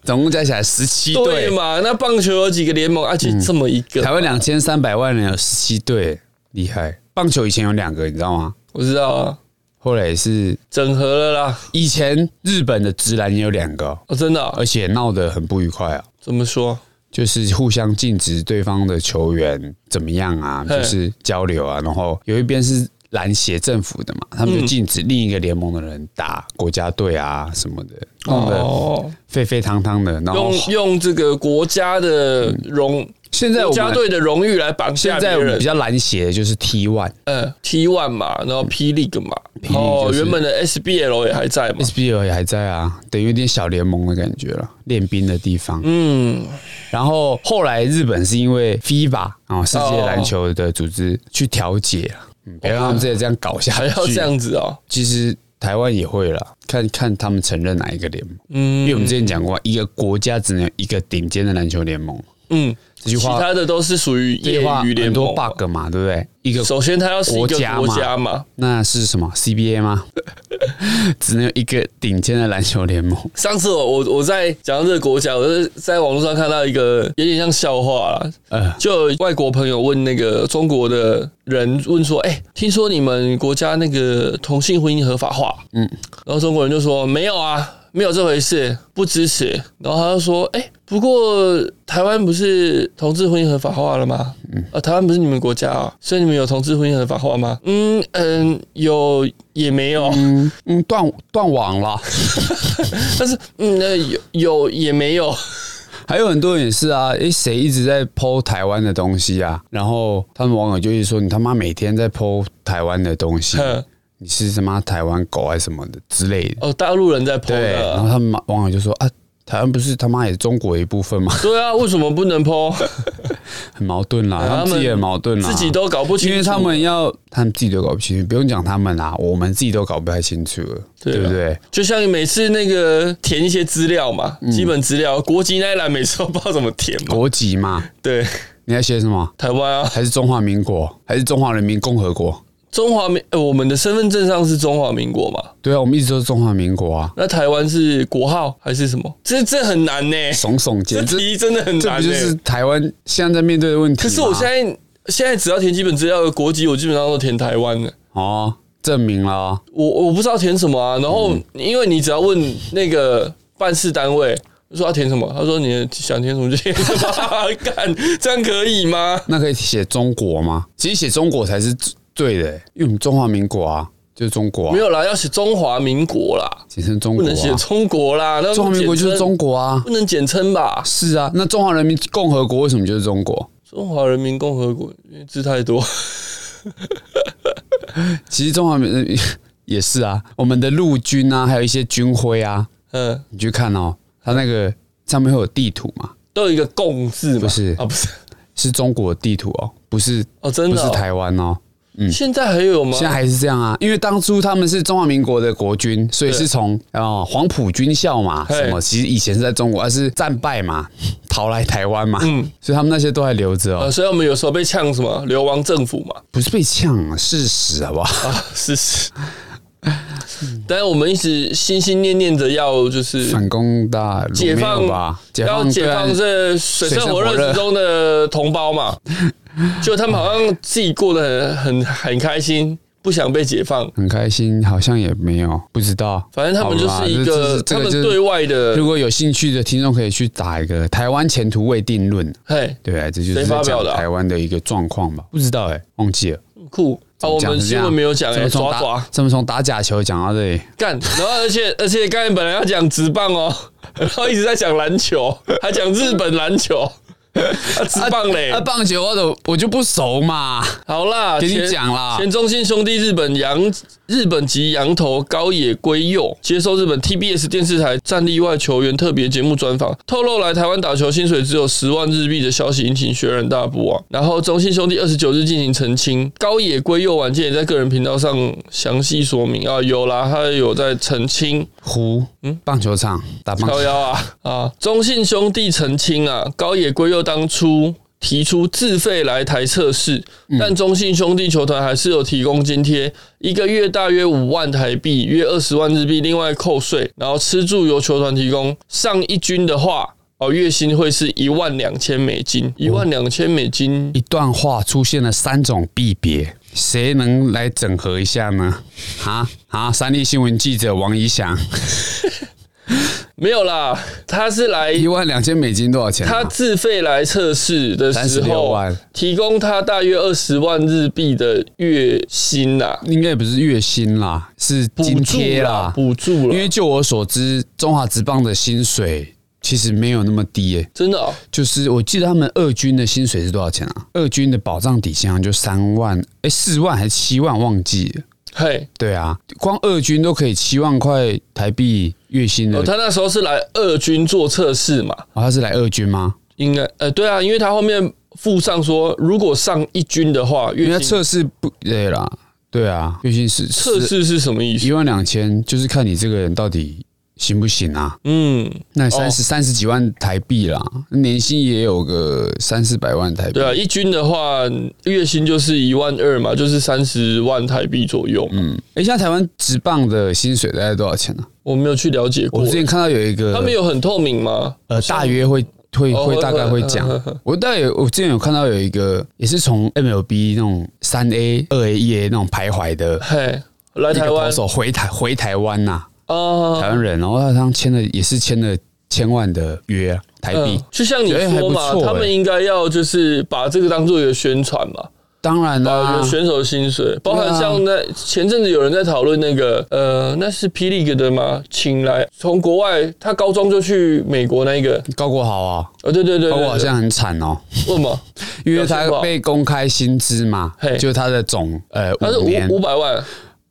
Speaker 1: 总共加起来十七
Speaker 2: 对
Speaker 1: 队。嗯
Speaker 2: 嘛？那棒球有几个联盟？而且这么一
Speaker 1: 台
Speaker 2: 个，
Speaker 1: 湾两千三百万人有十七队，厉害。棒球以前有两个，你知道吗？
Speaker 2: 我知道啊，
Speaker 1: 后来也是
Speaker 2: 整合了啦。
Speaker 1: 以前日本的直男也有两个哦，
Speaker 2: 哦，真的啊
Speaker 1: 而且闹得很不愉快啊，
Speaker 2: 怎么说？
Speaker 1: 就是互相禁止对方的球员怎么样啊，
Speaker 2: 嘿
Speaker 1: 就是交流啊。然后有一边是篮协政府的嘛，他们就禁止另一个联盟的人打国家队啊什么的，弄得
Speaker 2: 嗯哦，
Speaker 1: 沸沸汤汤的。然后
Speaker 2: 用用这个国家的荣、
Speaker 1: 现在我
Speaker 2: 国家
Speaker 1: 们
Speaker 2: 队的荣誉来绑
Speaker 1: 现
Speaker 2: 架别
Speaker 1: 在我们
Speaker 2: 人
Speaker 1: 比。较篮协的就是 T one
Speaker 2: 嗯，T One 嘛，然后 P League 嘛，
Speaker 1: P League
Speaker 2: 哦
Speaker 1: 就，是
Speaker 2: 原本的 SBL 也还在嘛。
Speaker 1: SBL 也还在啊，等于有点小联盟的感觉了，练兵的地方。
Speaker 2: 嗯，
Speaker 1: 然后后来日本是因为 FIBA 啊、世
Speaker 2: 哦
Speaker 1: 界篮球的组织去调解了，嗯，别让他们再这样搞下
Speaker 2: 还
Speaker 1: 去。
Speaker 2: 要这样子哦。
Speaker 1: 其实台湾也会啦，看看他们承认哪一个联盟。因为我
Speaker 2: 嗯
Speaker 1: 们之前讲过，一个国家只能有一个顶尖的篮球联盟。
Speaker 2: 嗯，
Speaker 1: 这句
Speaker 2: 其
Speaker 1: 话，
Speaker 2: 他的都是属于
Speaker 1: 这
Speaker 2: 业
Speaker 1: 句话
Speaker 2: 余联
Speaker 1: 很多
Speaker 2: 盟嘛。
Speaker 1: bug 嘛，对不对？一个
Speaker 2: 首先，它要是一个国
Speaker 1: 国
Speaker 2: 家
Speaker 1: 家
Speaker 2: 嘛，
Speaker 1: 那是什么 CBA 吗？ 只能有一个顶尖的篮球联盟。
Speaker 2: 上次我我我在讲到这个国家，我是在网络上看到一个有点像笑话啦，
Speaker 1: 呃，
Speaker 2: 就有外国朋友问那个中国的人问说：“哎、听说你们国家那个同性婚姻合法化？”嗯，然后中国人就说：“没有啊，没有这回事，不支持。”然后他就说：“哎、不过台湾不是同志婚姻合法化了吗？嗯、啊，台湾不是你们国家啊，所以你们有同志婚姻合法化吗？嗯嗯，有也没有，
Speaker 1: 嗯嗯，断断网了。
Speaker 2: 但是嗯呃有有也没有，
Speaker 1: 还有很多人也是啊，诶，谁一直在剖台湾的东西啊？然后他们网友就一直说你他妈每天在剖台湾的东 西，
Speaker 2: 哼
Speaker 1: 你是他妈台湾狗还是什么的之类的。
Speaker 2: 哦，大陆人在泼
Speaker 1: 对，
Speaker 2: 的
Speaker 1: 然后
Speaker 2: 啊。”
Speaker 1: 他们网友就说啊，台湾不是他妈也是中国的一部分吗？
Speaker 2: 对啊，为什么不能泼？
Speaker 1: 很矛盾啦，他们自己也很矛盾啦，
Speaker 2: 自己都搞不清楚，
Speaker 1: 因为他们要他们自己都搞不清楚，不用讲他们啦，我们自己都搞不太清楚了，
Speaker 2: 对啊
Speaker 1: 对不对？
Speaker 2: 就像每次那个填一些资料嘛，基本资料，国籍那一栏每次都不知道怎么填嘛。
Speaker 1: 嗯国籍嘛，
Speaker 2: 对，
Speaker 1: 你要写什么？
Speaker 2: 台湾啊，
Speaker 1: 还是中华民国？还是中华人民共和国？
Speaker 2: 中华民、呃，我们的身份证上是中华民国嘛？
Speaker 1: 对啊，我们一直都是中华民国啊，
Speaker 2: 那台湾是国号还是什么？这这很难 呢、
Speaker 1: 耸耸
Speaker 2: 这
Speaker 1: 肩，这
Speaker 2: 题真的很
Speaker 1: 这
Speaker 2: 难、
Speaker 1: 不就
Speaker 2: 呢。
Speaker 1: 是台湾现在在面对的问题吗？
Speaker 2: 可是我现在现在只要填基本资料的国籍，我基本上都填台湾的。
Speaker 1: 哦，证明了哦
Speaker 2: 我我不知道填什么啊。然后
Speaker 1: 嗯
Speaker 2: 因为你只要问那个办事单位。就说要填什么？他说你想填什么就填什么，干这样可以吗？
Speaker 1: 那可以写中国吗？其实写中国才是对的、欸因为我们中华民国啊，就是中国、啊，
Speaker 2: 没
Speaker 1: 有
Speaker 2: 有啦，要写中华民国啦，
Speaker 1: 简称中
Speaker 2: 不
Speaker 1: 国、
Speaker 2: 能写
Speaker 1: 啊。
Speaker 2: 中国啦。那
Speaker 1: 中华民国就是
Speaker 2: 简称
Speaker 1: 中国啊
Speaker 2: 不，能简称吧？
Speaker 1: 是啊。那中华人民共和国为什么就是中国？
Speaker 2: 中华人民共和国，因为字太多。
Speaker 1: 其实中华民也是啊，我们的陆军啊，还有一些军徽啊，
Speaker 2: 嗯，
Speaker 1: 你去看哦，它那个上面会有地图嘛，
Speaker 2: 都有一个“共”字嘛？
Speaker 1: 不是
Speaker 2: 啊，不是
Speaker 1: 是中国的地图哦，不是
Speaker 2: 哦，真
Speaker 1: 不
Speaker 2: 的
Speaker 1: 是
Speaker 2: 哦、
Speaker 1: 台湾哦。
Speaker 2: 现在还有吗？
Speaker 1: 现在还是这样啊，因为当初他们是中华民国的国军，所以
Speaker 2: 对
Speaker 1: 是从啊、呃黄埔军校嘛，
Speaker 2: 嘿
Speaker 1: 什么其实以前是在中国，而是战败嘛，逃来台湾嘛，所以他们那些都还留着哦
Speaker 2: 嗯呃，，所以我们有时候被呛什么流亡政府嘛，
Speaker 1: 不是被呛啊，事实好不好？
Speaker 2: 啊，是是。但是我们一直心心念念着要就是
Speaker 1: 反攻大陆
Speaker 2: 解放
Speaker 1: 没有吧，解
Speaker 2: 要
Speaker 1: 放
Speaker 2: 解
Speaker 1: 对啊
Speaker 2: 放这水深火热之中的同胞嘛，就他们好像自己过得很很很开心，不想被解放，
Speaker 1: 很开心，好像也没有，不知道，
Speaker 2: 反正他们就是一
Speaker 1: 好了
Speaker 2: 个
Speaker 1: 啦这
Speaker 2: 他们
Speaker 1: 这个就是
Speaker 2: 对外的
Speaker 1: 如果有兴趣的听众可以去打一个“台湾前途未定论
Speaker 2: 嘿”，
Speaker 1: 对不对？这就是
Speaker 2: 谁发
Speaker 1: 在
Speaker 2: 表
Speaker 1: 讲
Speaker 2: 的啊
Speaker 1: 台湾的一个状况吧？不知道哎、忘记了。
Speaker 2: 酷啊！我
Speaker 1: 讲
Speaker 2: 们
Speaker 1: 是这
Speaker 2: 新
Speaker 1: 样
Speaker 2: 闻没有讲
Speaker 1: 怎
Speaker 2: 哎，
Speaker 1: 么从
Speaker 2: 抓
Speaker 1: 打
Speaker 2: 抓
Speaker 1: 怎么从打假球讲到这里？
Speaker 2: 干，然后而且 而且刚才本来要讲直棒哦， 然后一直在讲篮球，还讲日本篮球，啊直棒嘞
Speaker 1: 啊，，棒球我都我就不熟嘛，
Speaker 2: 好啦，
Speaker 1: 给你
Speaker 2: 啊前
Speaker 1: 讲啦
Speaker 2: 前中信兄弟日本洋日本籍洋投高野圭佑接受日本 TBS 电视台战力外球员特别节目专访，透露来台湾打球薪水只有十万日币的消息引起轩然大波啊。然后中信兄弟二十九日进行澄清，高野圭佑晚间也在个人频道上详细说明啊，有啦，他有在澄清。
Speaker 1: 湖嗯棒球场打棒
Speaker 2: 高
Speaker 1: 球，
Speaker 2: 腰啊啊！中信兄弟澄清啊，高野圭佑当初提出自费来台测试，
Speaker 1: 嗯
Speaker 2: 但中信兄弟球团还是有提供津贴，一个月大约五万台币，约二十万日币，另外扣税，然后吃住由球团提供。上一军的话。哦，月薪会是一万两千美金，一万两千美金
Speaker 1: 一段话出现了三种币别，谁能来整合一下呢？啊啊！三立新闻记者王怡翔，
Speaker 2: 没有啦，他是来
Speaker 1: 一万两千美金多少钱、啊？
Speaker 2: 他自费来测试的时
Speaker 1: 36
Speaker 2: 候
Speaker 1: 万，
Speaker 2: 提供他大约二十万日币的月薪啊呐、
Speaker 1: 应该也不是月薪啦，是
Speaker 2: 补
Speaker 1: 津
Speaker 2: 助
Speaker 1: 贴啦。
Speaker 2: 补助了，
Speaker 1: 因为就我所知，中华职棒的薪水其实没有那么低耶、
Speaker 2: 真的哦、
Speaker 1: 就是我记得他们二军的薪水是多少钱啊？二军的保障底薪好像就三万，哎，四万还是七万，忘记了。
Speaker 2: 嘿，
Speaker 1: 对啊，光二军都可以七万块台币月薪了。
Speaker 2: 哦，
Speaker 1: 哦，
Speaker 2: 他那时候是来二军做测试嘛，
Speaker 1: 他是来二军吗？
Speaker 2: 应该，呃，对啊，因为他后面附上说，如果上一军的话，
Speaker 1: 因为
Speaker 2: 月
Speaker 1: 他
Speaker 2: 薪
Speaker 1: 测试不对啦，对啊，月薪是
Speaker 2: 测试是什么意
Speaker 1: 一
Speaker 2: 思？
Speaker 1: 万两千，就是看你这个人到底行不行啊。
Speaker 2: 嗯，
Speaker 1: 那三十三十几万台币啦，年薪也有个三四百万台币。
Speaker 2: 对啊，一军的话，月薪就是一万二嘛，就是三十万台币左右。嗯，
Speaker 1: 哎，现在台湾职棒的薪水大概多少钱呢、
Speaker 2: 我没有去了解过
Speaker 1: 我之，前看到有一个，
Speaker 2: 他们有很透明吗？
Speaker 1: 呃，大约会会
Speaker 2: 哦
Speaker 1: 会
Speaker 2: 会
Speaker 1: 大概
Speaker 2: 会嗯
Speaker 1: 会讲
Speaker 2: 呵呵呵。
Speaker 1: 我大概有我之前有看到有一个，也是从 MLB 那种三 A、二 A、一 A 那种徘徊的
Speaker 2: 嘿，来
Speaker 1: 一个
Speaker 2: 台
Speaker 1: 投
Speaker 2: 湾
Speaker 1: 手回台回台湾呐、
Speaker 2: 啊，
Speaker 1: 台湾人，然后他好像签了也是签了千万的约啊台币
Speaker 2: 嗯。就像你
Speaker 1: 觉得还
Speaker 2: 说
Speaker 1: 不
Speaker 2: 嘛，
Speaker 1: 错
Speaker 2: 他们
Speaker 1: 欸
Speaker 2: 应该要就是把这个当做一个宣传嘛。
Speaker 1: 当然啦
Speaker 2: 把，啊哦选手的薪水，包含
Speaker 1: 对啊
Speaker 2: 像那前阵子有人在讨论那个，呃，那是 P League 的吗？请来从国外，他高中就去美国那一个，
Speaker 1: 高国豪啊，
Speaker 2: 呃，对对对
Speaker 1: 高
Speaker 2: 对
Speaker 1: 国豪现在很惨哦，
Speaker 2: 对问嘛，
Speaker 1: 因为
Speaker 2: 表现不
Speaker 1: 他
Speaker 2: 好
Speaker 1: 被公开薪资嘛
Speaker 2: 嘿，
Speaker 1: 就他的总呃
Speaker 2: 他是
Speaker 1: 五年
Speaker 2: 五五百万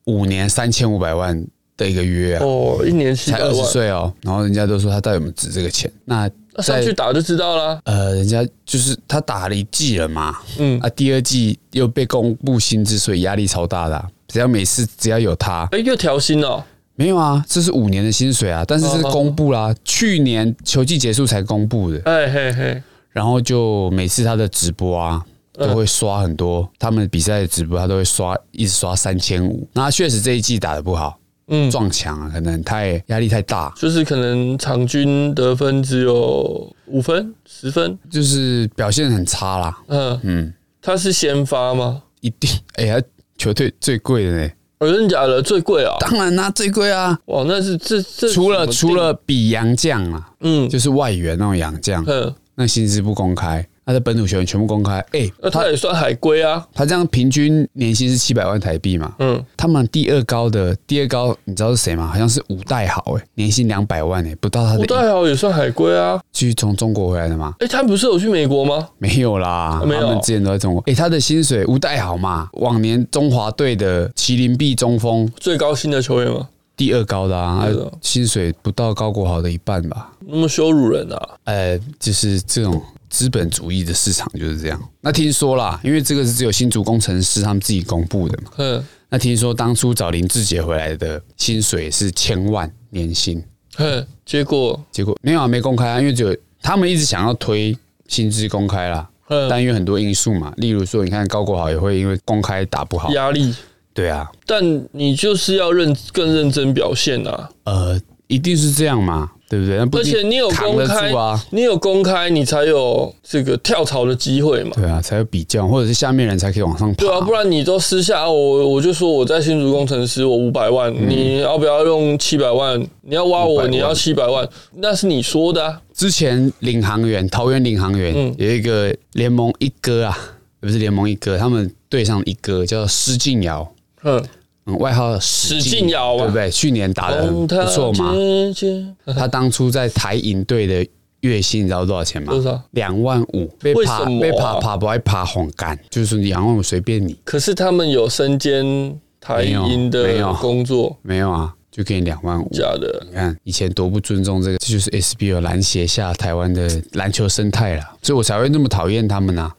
Speaker 1: 五年三千五百万的一个约啊。
Speaker 2: 哦，一年七
Speaker 1: 才
Speaker 2: 百
Speaker 1: 二十
Speaker 2: 万，
Speaker 1: 岁哦，然后人家都说他到底有没有值这个钱？那
Speaker 2: 那上
Speaker 1: 在
Speaker 2: 去打就知道啦。
Speaker 1: 呃，人家就是他打了一季了 嘛，
Speaker 2: 嗯
Speaker 1: 嗯啊，第二季又被公布薪资，所以压力超大的啊、只要每次只要有他，
Speaker 2: 哎，又调薪了，
Speaker 1: 没有啊，这是五年的薪水啊，但是这是
Speaker 2: 哦
Speaker 1: 公布啦、去年球季结束才公布的，
Speaker 2: 哎嘿嘿，
Speaker 1: 然后就每次他的直播啊，
Speaker 2: 嗯
Speaker 1: 都会刷很多他们比赛的直播，他都会刷，一直刷三千五。那他确实这一季打得不好，
Speaker 2: 嗯，
Speaker 1: 撞墙啊，可能太压力太大，
Speaker 2: 就是可能场均得分只有五分、十分，
Speaker 1: 就是表现很差啦。
Speaker 2: 嗯嗯，他是先发吗？
Speaker 1: 一定， 哎、呀，球队最贵的呢，
Speaker 2: 哦，真的假的？最贵啊！
Speaker 1: 当然啦、最贵啊，
Speaker 2: 哇，那是这这
Speaker 1: 除了
Speaker 2: 怎么定
Speaker 1: 除了比洋将啊，
Speaker 2: 嗯
Speaker 1: 就是外援那种洋将，
Speaker 2: 嗯，
Speaker 1: 那薪资不公开，他的本土球员全部公开。哎、
Speaker 2: 那
Speaker 1: 他
Speaker 2: 他也算海归啊，
Speaker 1: 他这样平均年薪是七百万台币嘛？
Speaker 2: 嗯，
Speaker 1: 他们第二高的第二高，你知道是谁吗？好像是吴代豪、哎，年薪两百万、哎，不到他
Speaker 2: 吴
Speaker 1: 的
Speaker 2: 代豪也算海归啊。
Speaker 1: 去从中国回来的吗？
Speaker 2: 哎，他不是有去美国吗？
Speaker 1: 没有啦，
Speaker 2: 没有
Speaker 1: 他们之前都在中国。哎、他的薪水吴代豪嘛，往年中华队的麒麟臂中锋
Speaker 2: 最高薪的球员吗？
Speaker 1: 第二高的啊，
Speaker 2: 对的
Speaker 1: 薪水不到高国豪的一半吧。
Speaker 2: 那么羞辱人啊！
Speaker 1: 呃，就是这种资本主义的市场就是这样。那听说啦，因为这个是只有新竹工程师他们自己公布的嘛。
Speaker 2: 哼
Speaker 1: 那听说当初找林志杰回来的薪水是千万年薪，
Speaker 2: 哼，结果
Speaker 1: 结果没有啊，没公开啊，因为只有他们一直想要推薪资公开啦，
Speaker 2: 哼
Speaker 1: 但因为很多因素嘛，例如说你看高国豪也会因为公开打不好，
Speaker 2: 压力，
Speaker 1: 对啊，
Speaker 2: 但你就是要认更认真表现啊！
Speaker 1: 呃，一定是这样嘛，对不对？那不
Speaker 2: 而
Speaker 1: 一定
Speaker 2: 且你有
Speaker 1: 扛
Speaker 2: 公
Speaker 1: 得
Speaker 2: 开
Speaker 1: 住啊。，
Speaker 2: 你有公开，你才有这个跳槽的机会嘛。
Speaker 1: 对啊，才有比较，或者是下面人才可以往上爬。
Speaker 2: 对啊，不然你都私下啊我我就说我在新竹工程师，我五百万，
Speaker 1: 嗯
Speaker 2: 你要不要用七百万？你要挖我，
Speaker 1: 500
Speaker 2: 你要七百万，那是你说的啊。
Speaker 1: 之前领航员，桃园领航员、
Speaker 2: 嗯
Speaker 1: 有一个联盟一哥啊，不是联盟一哥，他们队上一哥叫施晋尧，
Speaker 2: 嗯，
Speaker 1: 嗯，外号史
Speaker 2: 史进尧啊
Speaker 1: 对不对？去年打的
Speaker 2: 红
Speaker 1: 嗯不
Speaker 2: 塔
Speaker 1: 错嘛。
Speaker 2: 姐姐
Speaker 1: 他当初在台银队的月薪，你知道 多少钱吗？
Speaker 2: 多少？
Speaker 1: 两万五，被
Speaker 2: 嗯为
Speaker 1: 爬
Speaker 2: 什么啊
Speaker 1: 被爬爬不爱爬红干，就是两万五随便你，
Speaker 2: 可是他们有身兼台银
Speaker 1: 没有没有
Speaker 2: 的工作，
Speaker 1: 没有啊，就给你两万五。
Speaker 2: 假的。
Speaker 1: 你看以前多不尊重这个，这就是 SBL 篮协下台湾的篮球生态啦，所以我才会那么讨厌他们呐、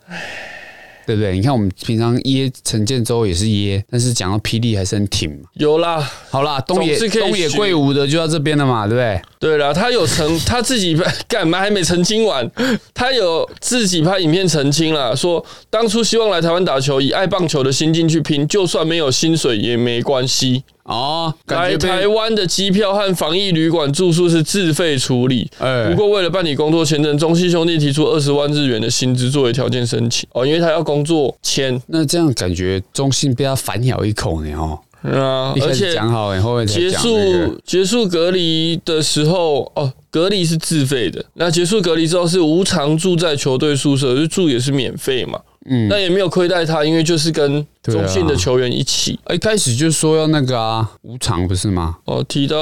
Speaker 1: 对不对？你看我们平常噎陈建州也是噎，但是讲到霹雳还是很挺嘛。
Speaker 2: 有啦，
Speaker 1: 好啦，东野
Speaker 2: 总是可以
Speaker 1: 东野
Speaker 2: 学
Speaker 1: 圭吾的就到这边了嘛，对不对？
Speaker 2: 对啦，他有 澄他自己干嘛还没澄清完？他有自己拍影片澄清啦，说当初希望来台湾打球，以爱棒球的心境去拼，就算没有薪水也没关系。
Speaker 1: 哦，感
Speaker 2: 来
Speaker 1: 觉被
Speaker 2: 台湾的机票和防疫旅馆住宿是自费处理。
Speaker 1: 哎
Speaker 2: 不过为了办理工作签证，中信兄弟提出二十万日元的薪资作为条件申请哦，因为他要工作签
Speaker 1: 那这样感觉中信被他反咬一口呢哦，
Speaker 2: 啊
Speaker 1: 一，开
Speaker 2: 而
Speaker 1: 始
Speaker 2: 且
Speaker 1: 讲好，然后面才
Speaker 2: 结
Speaker 1: 讲那个
Speaker 2: 束结束隔离的时候，哦，隔离是自费的。那结束隔离之后是无偿住在球队宿舍，就住也是免费嘛。
Speaker 1: 嗯
Speaker 2: 那也没有亏待他，因为就是跟
Speaker 1: 对啊
Speaker 2: 中信的球员一起。
Speaker 1: 一开始就说要那个啊无偿不是吗？
Speaker 2: 哦，提到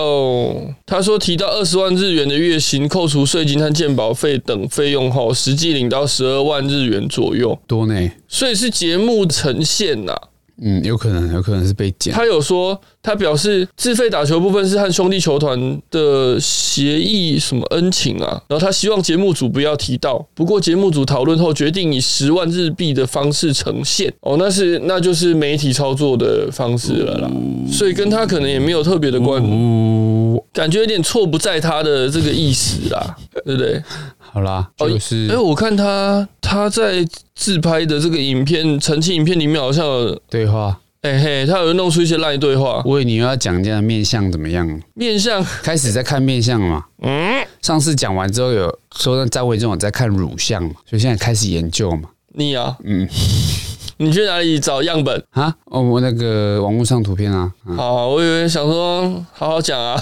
Speaker 2: 他说提到二十万日元的月薪，扣除税金和健保费等费用后，实际领到十二万日元左右，
Speaker 1: 多呢，
Speaker 2: 所以是节目呈现呐、
Speaker 1: 嗯，有可能有可能是被剪，
Speaker 2: 他有说，他表示自费打球部分是和兄弟球团的协议什么恩情啊，然后他希望节目组不要提到。不过节目组讨论后决定以十万日币的方式呈现，哦，那是那就是媒体操作的方式了啦，所以跟他可能也没有特别的关，
Speaker 1: 呜，
Speaker 2: 感觉有点错不在他的这个意思啦，对不对？
Speaker 1: 好啦，
Speaker 2: 哦
Speaker 1: 就是
Speaker 2: 哎、我看他他在自拍的这个影片澄清影片里面好像有。
Speaker 1: 对话。
Speaker 2: 哎、嘿，他有弄出一些烂对话，
Speaker 1: 喂，你又要讲这样的面相怎么样？
Speaker 2: 面向
Speaker 1: 开始在看面相嘛，
Speaker 2: 嗯，
Speaker 1: 上次讲完之后有说张伟忠有在看乳相嘛，所以现在开始研究嘛。
Speaker 2: 你啊，嗯， 你去哪里找样本？
Speaker 1: 啊，哦，我那个网络上图片啊，嗯
Speaker 2: 好，我以为想说好好 讲啊，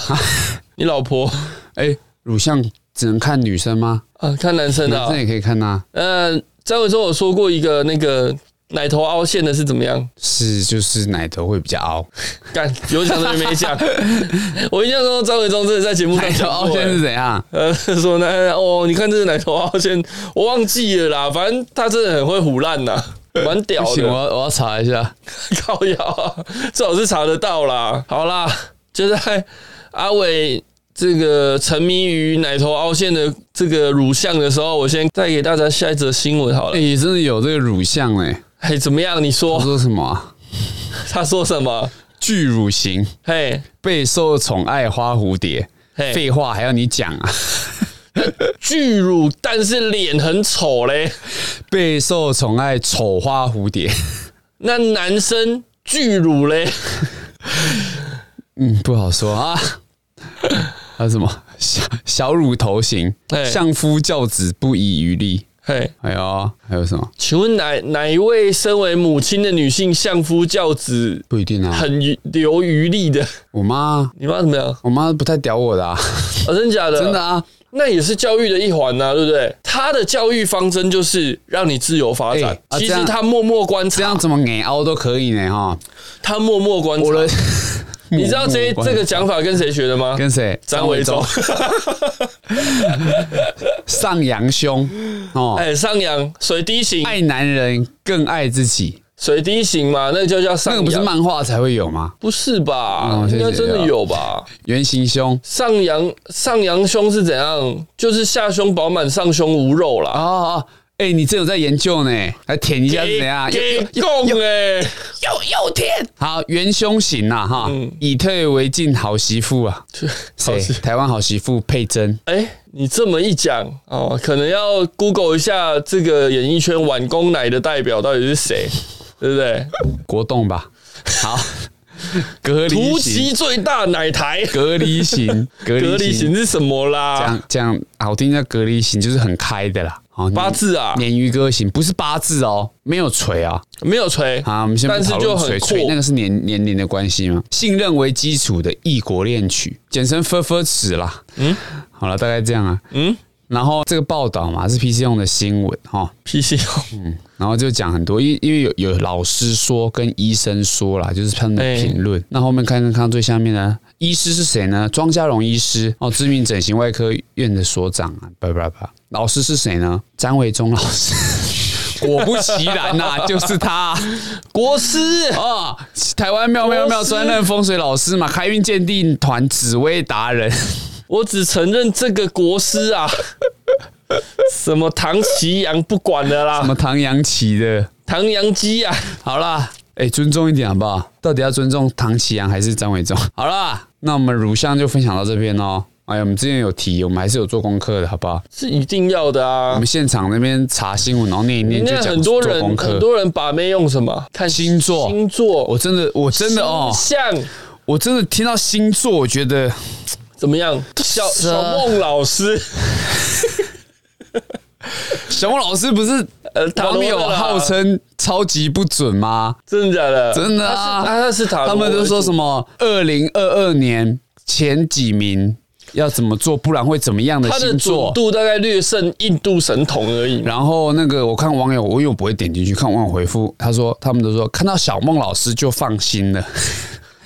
Speaker 2: 你老婆
Speaker 1: 哎、乳相只能看女生吗？
Speaker 2: 啊，看男生的
Speaker 1: 男
Speaker 2: 啊
Speaker 1: 生。也可以看啊。
Speaker 2: 呃，张伟忠有说过一个那个奶头凹陷的是怎么样？
Speaker 1: 是就是奶头会比较凹，
Speaker 2: 干有讲的没讲， 我印象中张伟忠真的在节目上
Speaker 1: 奶头
Speaker 2: 讲
Speaker 1: 凹
Speaker 2: 过、
Speaker 1: 陷
Speaker 2: 欸
Speaker 1: 哦是怎样？
Speaker 2: 呃，说那哦，你看这个奶头凹陷，我忘记了啦，反正他真的很会胡烂呐，蛮屌
Speaker 1: 不行，我
Speaker 2: 的，
Speaker 1: 要我要查一下。
Speaker 2: 靠腰、啊，最好是查得到啦。好啦，就在阿伟这个沉迷于奶头凹陷的这个乳相的时候，我先带给大家下一则新闻好了
Speaker 1: 哎、。真的有这个乳像哎、
Speaker 2: 嘿，怎么样？你
Speaker 1: 我
Speaker 2: 说
Speaker 1: 说什么、啊？
Speaker 2: 他说 什么？
Speaker 1: 巨乳型
Speaker 2: 嘿，
Speaker 1: 备受宠爱花蝴蝶，
Speaker 2: 嘿，
Speaker 1: 哎废话还要你讲啊？
Speaker 2: 巨乳，但是脸很丑嘞。
Speaker 1: 备受宠爱丑花蝴蝶，
Speaker 2: 那男生巨乳嘞，
Speaker 1: 嗯，不好说 啊。还有什么小小乳头型
Speaker 2: 对，
Speaker 1: 相夫教子不遗余力。
Speaker 2: 嘿，
Speaker 1: 还有还有什么？
Speaker 2: 请问哪哪一位身为母亲的女性相夫教子
Speaker 1: 不一定啊。
Speaker 2: 很余留余力的？
Speaker 1: 我妈
Speaker 2: 你妈怎么样？
Speaker 1: 我妈不太屌我的、 啊，
Speaker 2: 啊，真假的？
Speaker 1: 真的啊。
Speaker 2: 那也是教育的一环呐、对不对？他的教育方针就是让你自由发展。
Speaker 1: 哎啊
Speaker 2: 其
Speaker 1: 这
Speaker 2: 实
Speaker 1: 样
Speaker 2: 他默默观
Speaker 1: 这
Speaker 2: 察，
Speaker 1: 样怎么矮凹都可以呢哈。
Speaker 2: 他默默观察。
Speaker 1: 我的，
Speaker 2: 你知道这这个讲法跟谁学的吗？
Speaker 1: 跟谁？
Speaker 2: 张维忠。
Speaker 1: 上扬胸哦，
Speaker 2: 哎，上扬水滴型，
Speaker 1: 爱男人更爱自己，
Speaker 2: 水滴型嘛，那个就叫上
Speaker 1: 那个不是
Speaker 2: 扬。
Speaker 1: 漫画才会有吗？
Speaker 2: 不是吧？
Speaker 1: 哦谢
Speaker 2: 应
Speaker 1: 谢
Speaker 2: 该真的有吧？
Speaker 1: 圆形胸
Speaker 2: 上扬上扬胸是怎样？就是下胸饱满，上胸无肉
Speaker 1: 哦
Speaker 2: 啦。
Speaker 1: 哦，哎、你真有在研究呢，来舔一下是怎样？
Speaker 2: 给给供哎，
Speaker 1: 又又舔，好圆胸型呐、哈，
Speaker 2: 嗯
Speaker 1: 以退为进，好媳妇啊，谁？台湾好媳妇佩珍，
Speaker 2: 哎，你这么一讲哦，可能要 Google 一下这个演艺圈晚工奶的代表到底是 谁，对不对？
Speaker 1: 国栋吧， 好，隔离
Speaker 2: 图
Speaker 1: 型
Speaker 2: 奇，最大奶 台，
Speaker 1: 隔离型，隔
Speaker 2: 隔
Speaker 1: 离
Speaker 2: 离型
Speaker 1: 型，
Speaker 2: 是什么
Speaker 1: 这
Speaker 2: 啦？
Speaker 1: 样这样好听叫隔离型，就是很开的啦，哦，
Speaker 2: 八字啊，
Speaker 1: 鲶鱼哥型不是八字哦，没有锤啊。
Speaker 2: 没有锤
Speaker 1: 好，我们先
Speaker 2: 但
Speaker 1: 不
Speaker 2: 是
Speaker 1: 讨
Speaker 2: 就
Speaker 1: 论
Speaker 2: 很
Speaker 1: 锤锤，那
Speaker 2: 阔
Speaker 1: 个是年年龄的关系吗？信任为基础的异国恋曲，简称 f f 尺啦。嗯，好了，大概这样啊。嗯，然后这个报道嘛是 PC 用的新闻哈、哦，
Speaker 2: PC
Speaker 1: 然后就讲很多，因因为有有老师说跟医生说啦，就是他们的
Speaker 2: 哎
Speaker 1: 评论。那后面看看看到最下面呢，医师是谁呢？庄家荣医师哦，知名整形外科院的所长啊，叭叭叭。老师是谁呢？张伟忠老师。 果不其然呐、就是他啊、
Speaker 2: 国师
Speaker 1: 啊，台湾妙妙妙专任风水老师嘛，开运鉴定团紫薇达人，
Speaker 2: 我只承认这个国 师啊，什么唐奇阳不管了
Speaker 1: 什
Speaker 2: 啦，
Speaker 1: 么唐扬奇的，
Speaker 2: 唐阳基啊，
Speaker 1: 好啦，哎、尊重一点好不好？到底要尊重唐奇阳还是张伟忠？好啦，那我们乳香就分享到这边哦。哎，我们之前有提，我们还是有做功课的，好不好？
Speaker 2: 是一定要的
Speaker 1: 我
Speaker 2: 啊
Speaker 1: 们。现场那边查新闻，然后念一念就
Speaker 2: 那
Speaker 1: 讲
Speaker 2: 很多
Speaker 1: 做功
Speaker 2: 人
Speaker 1: 课
Speaker 2: 很。多人把妹用什么？看
Speaker 1: 星座
Speaker 2: 星座，
Speaker 1: 我真的，我真的哦，
Speaker 2: 星象
Speaker 1: 我真的听到星座，我觉得
Speaker 2: 怎么样？小
Speaker 1: 是
Speaker 2: 小
Speaker 1: 啊
Speaker 2: 孟 老师，
Speaker 1: 小莫老师不是
Speaker 2: 呃，塔罗
Speaker 1: 网
Speaker 2: 的
Speaker 1: 友
Speaker 2: 啦
Speaker 1: 号称超级不准吗？
Speaker 2: 真的假的？
Speaker 1: 真的啊
Speaker 2: 他是他是塔罗，
Speaker 1: 他们都说什
Speaker 2: 么？
Speaker 1: 么二零二二年前几名要怎么做，不然会怎么样的
Speaker 2: 他的
Speaker 1: 星
Speaker 2: 准
Speaker 1: 座。
Speaker 2: 度大概略胜印度神童而已嘛。
Speaker 1: 然后那个我看网友，我又不会点进去看网友回复，他说他们都说看到小孟老师就放心了。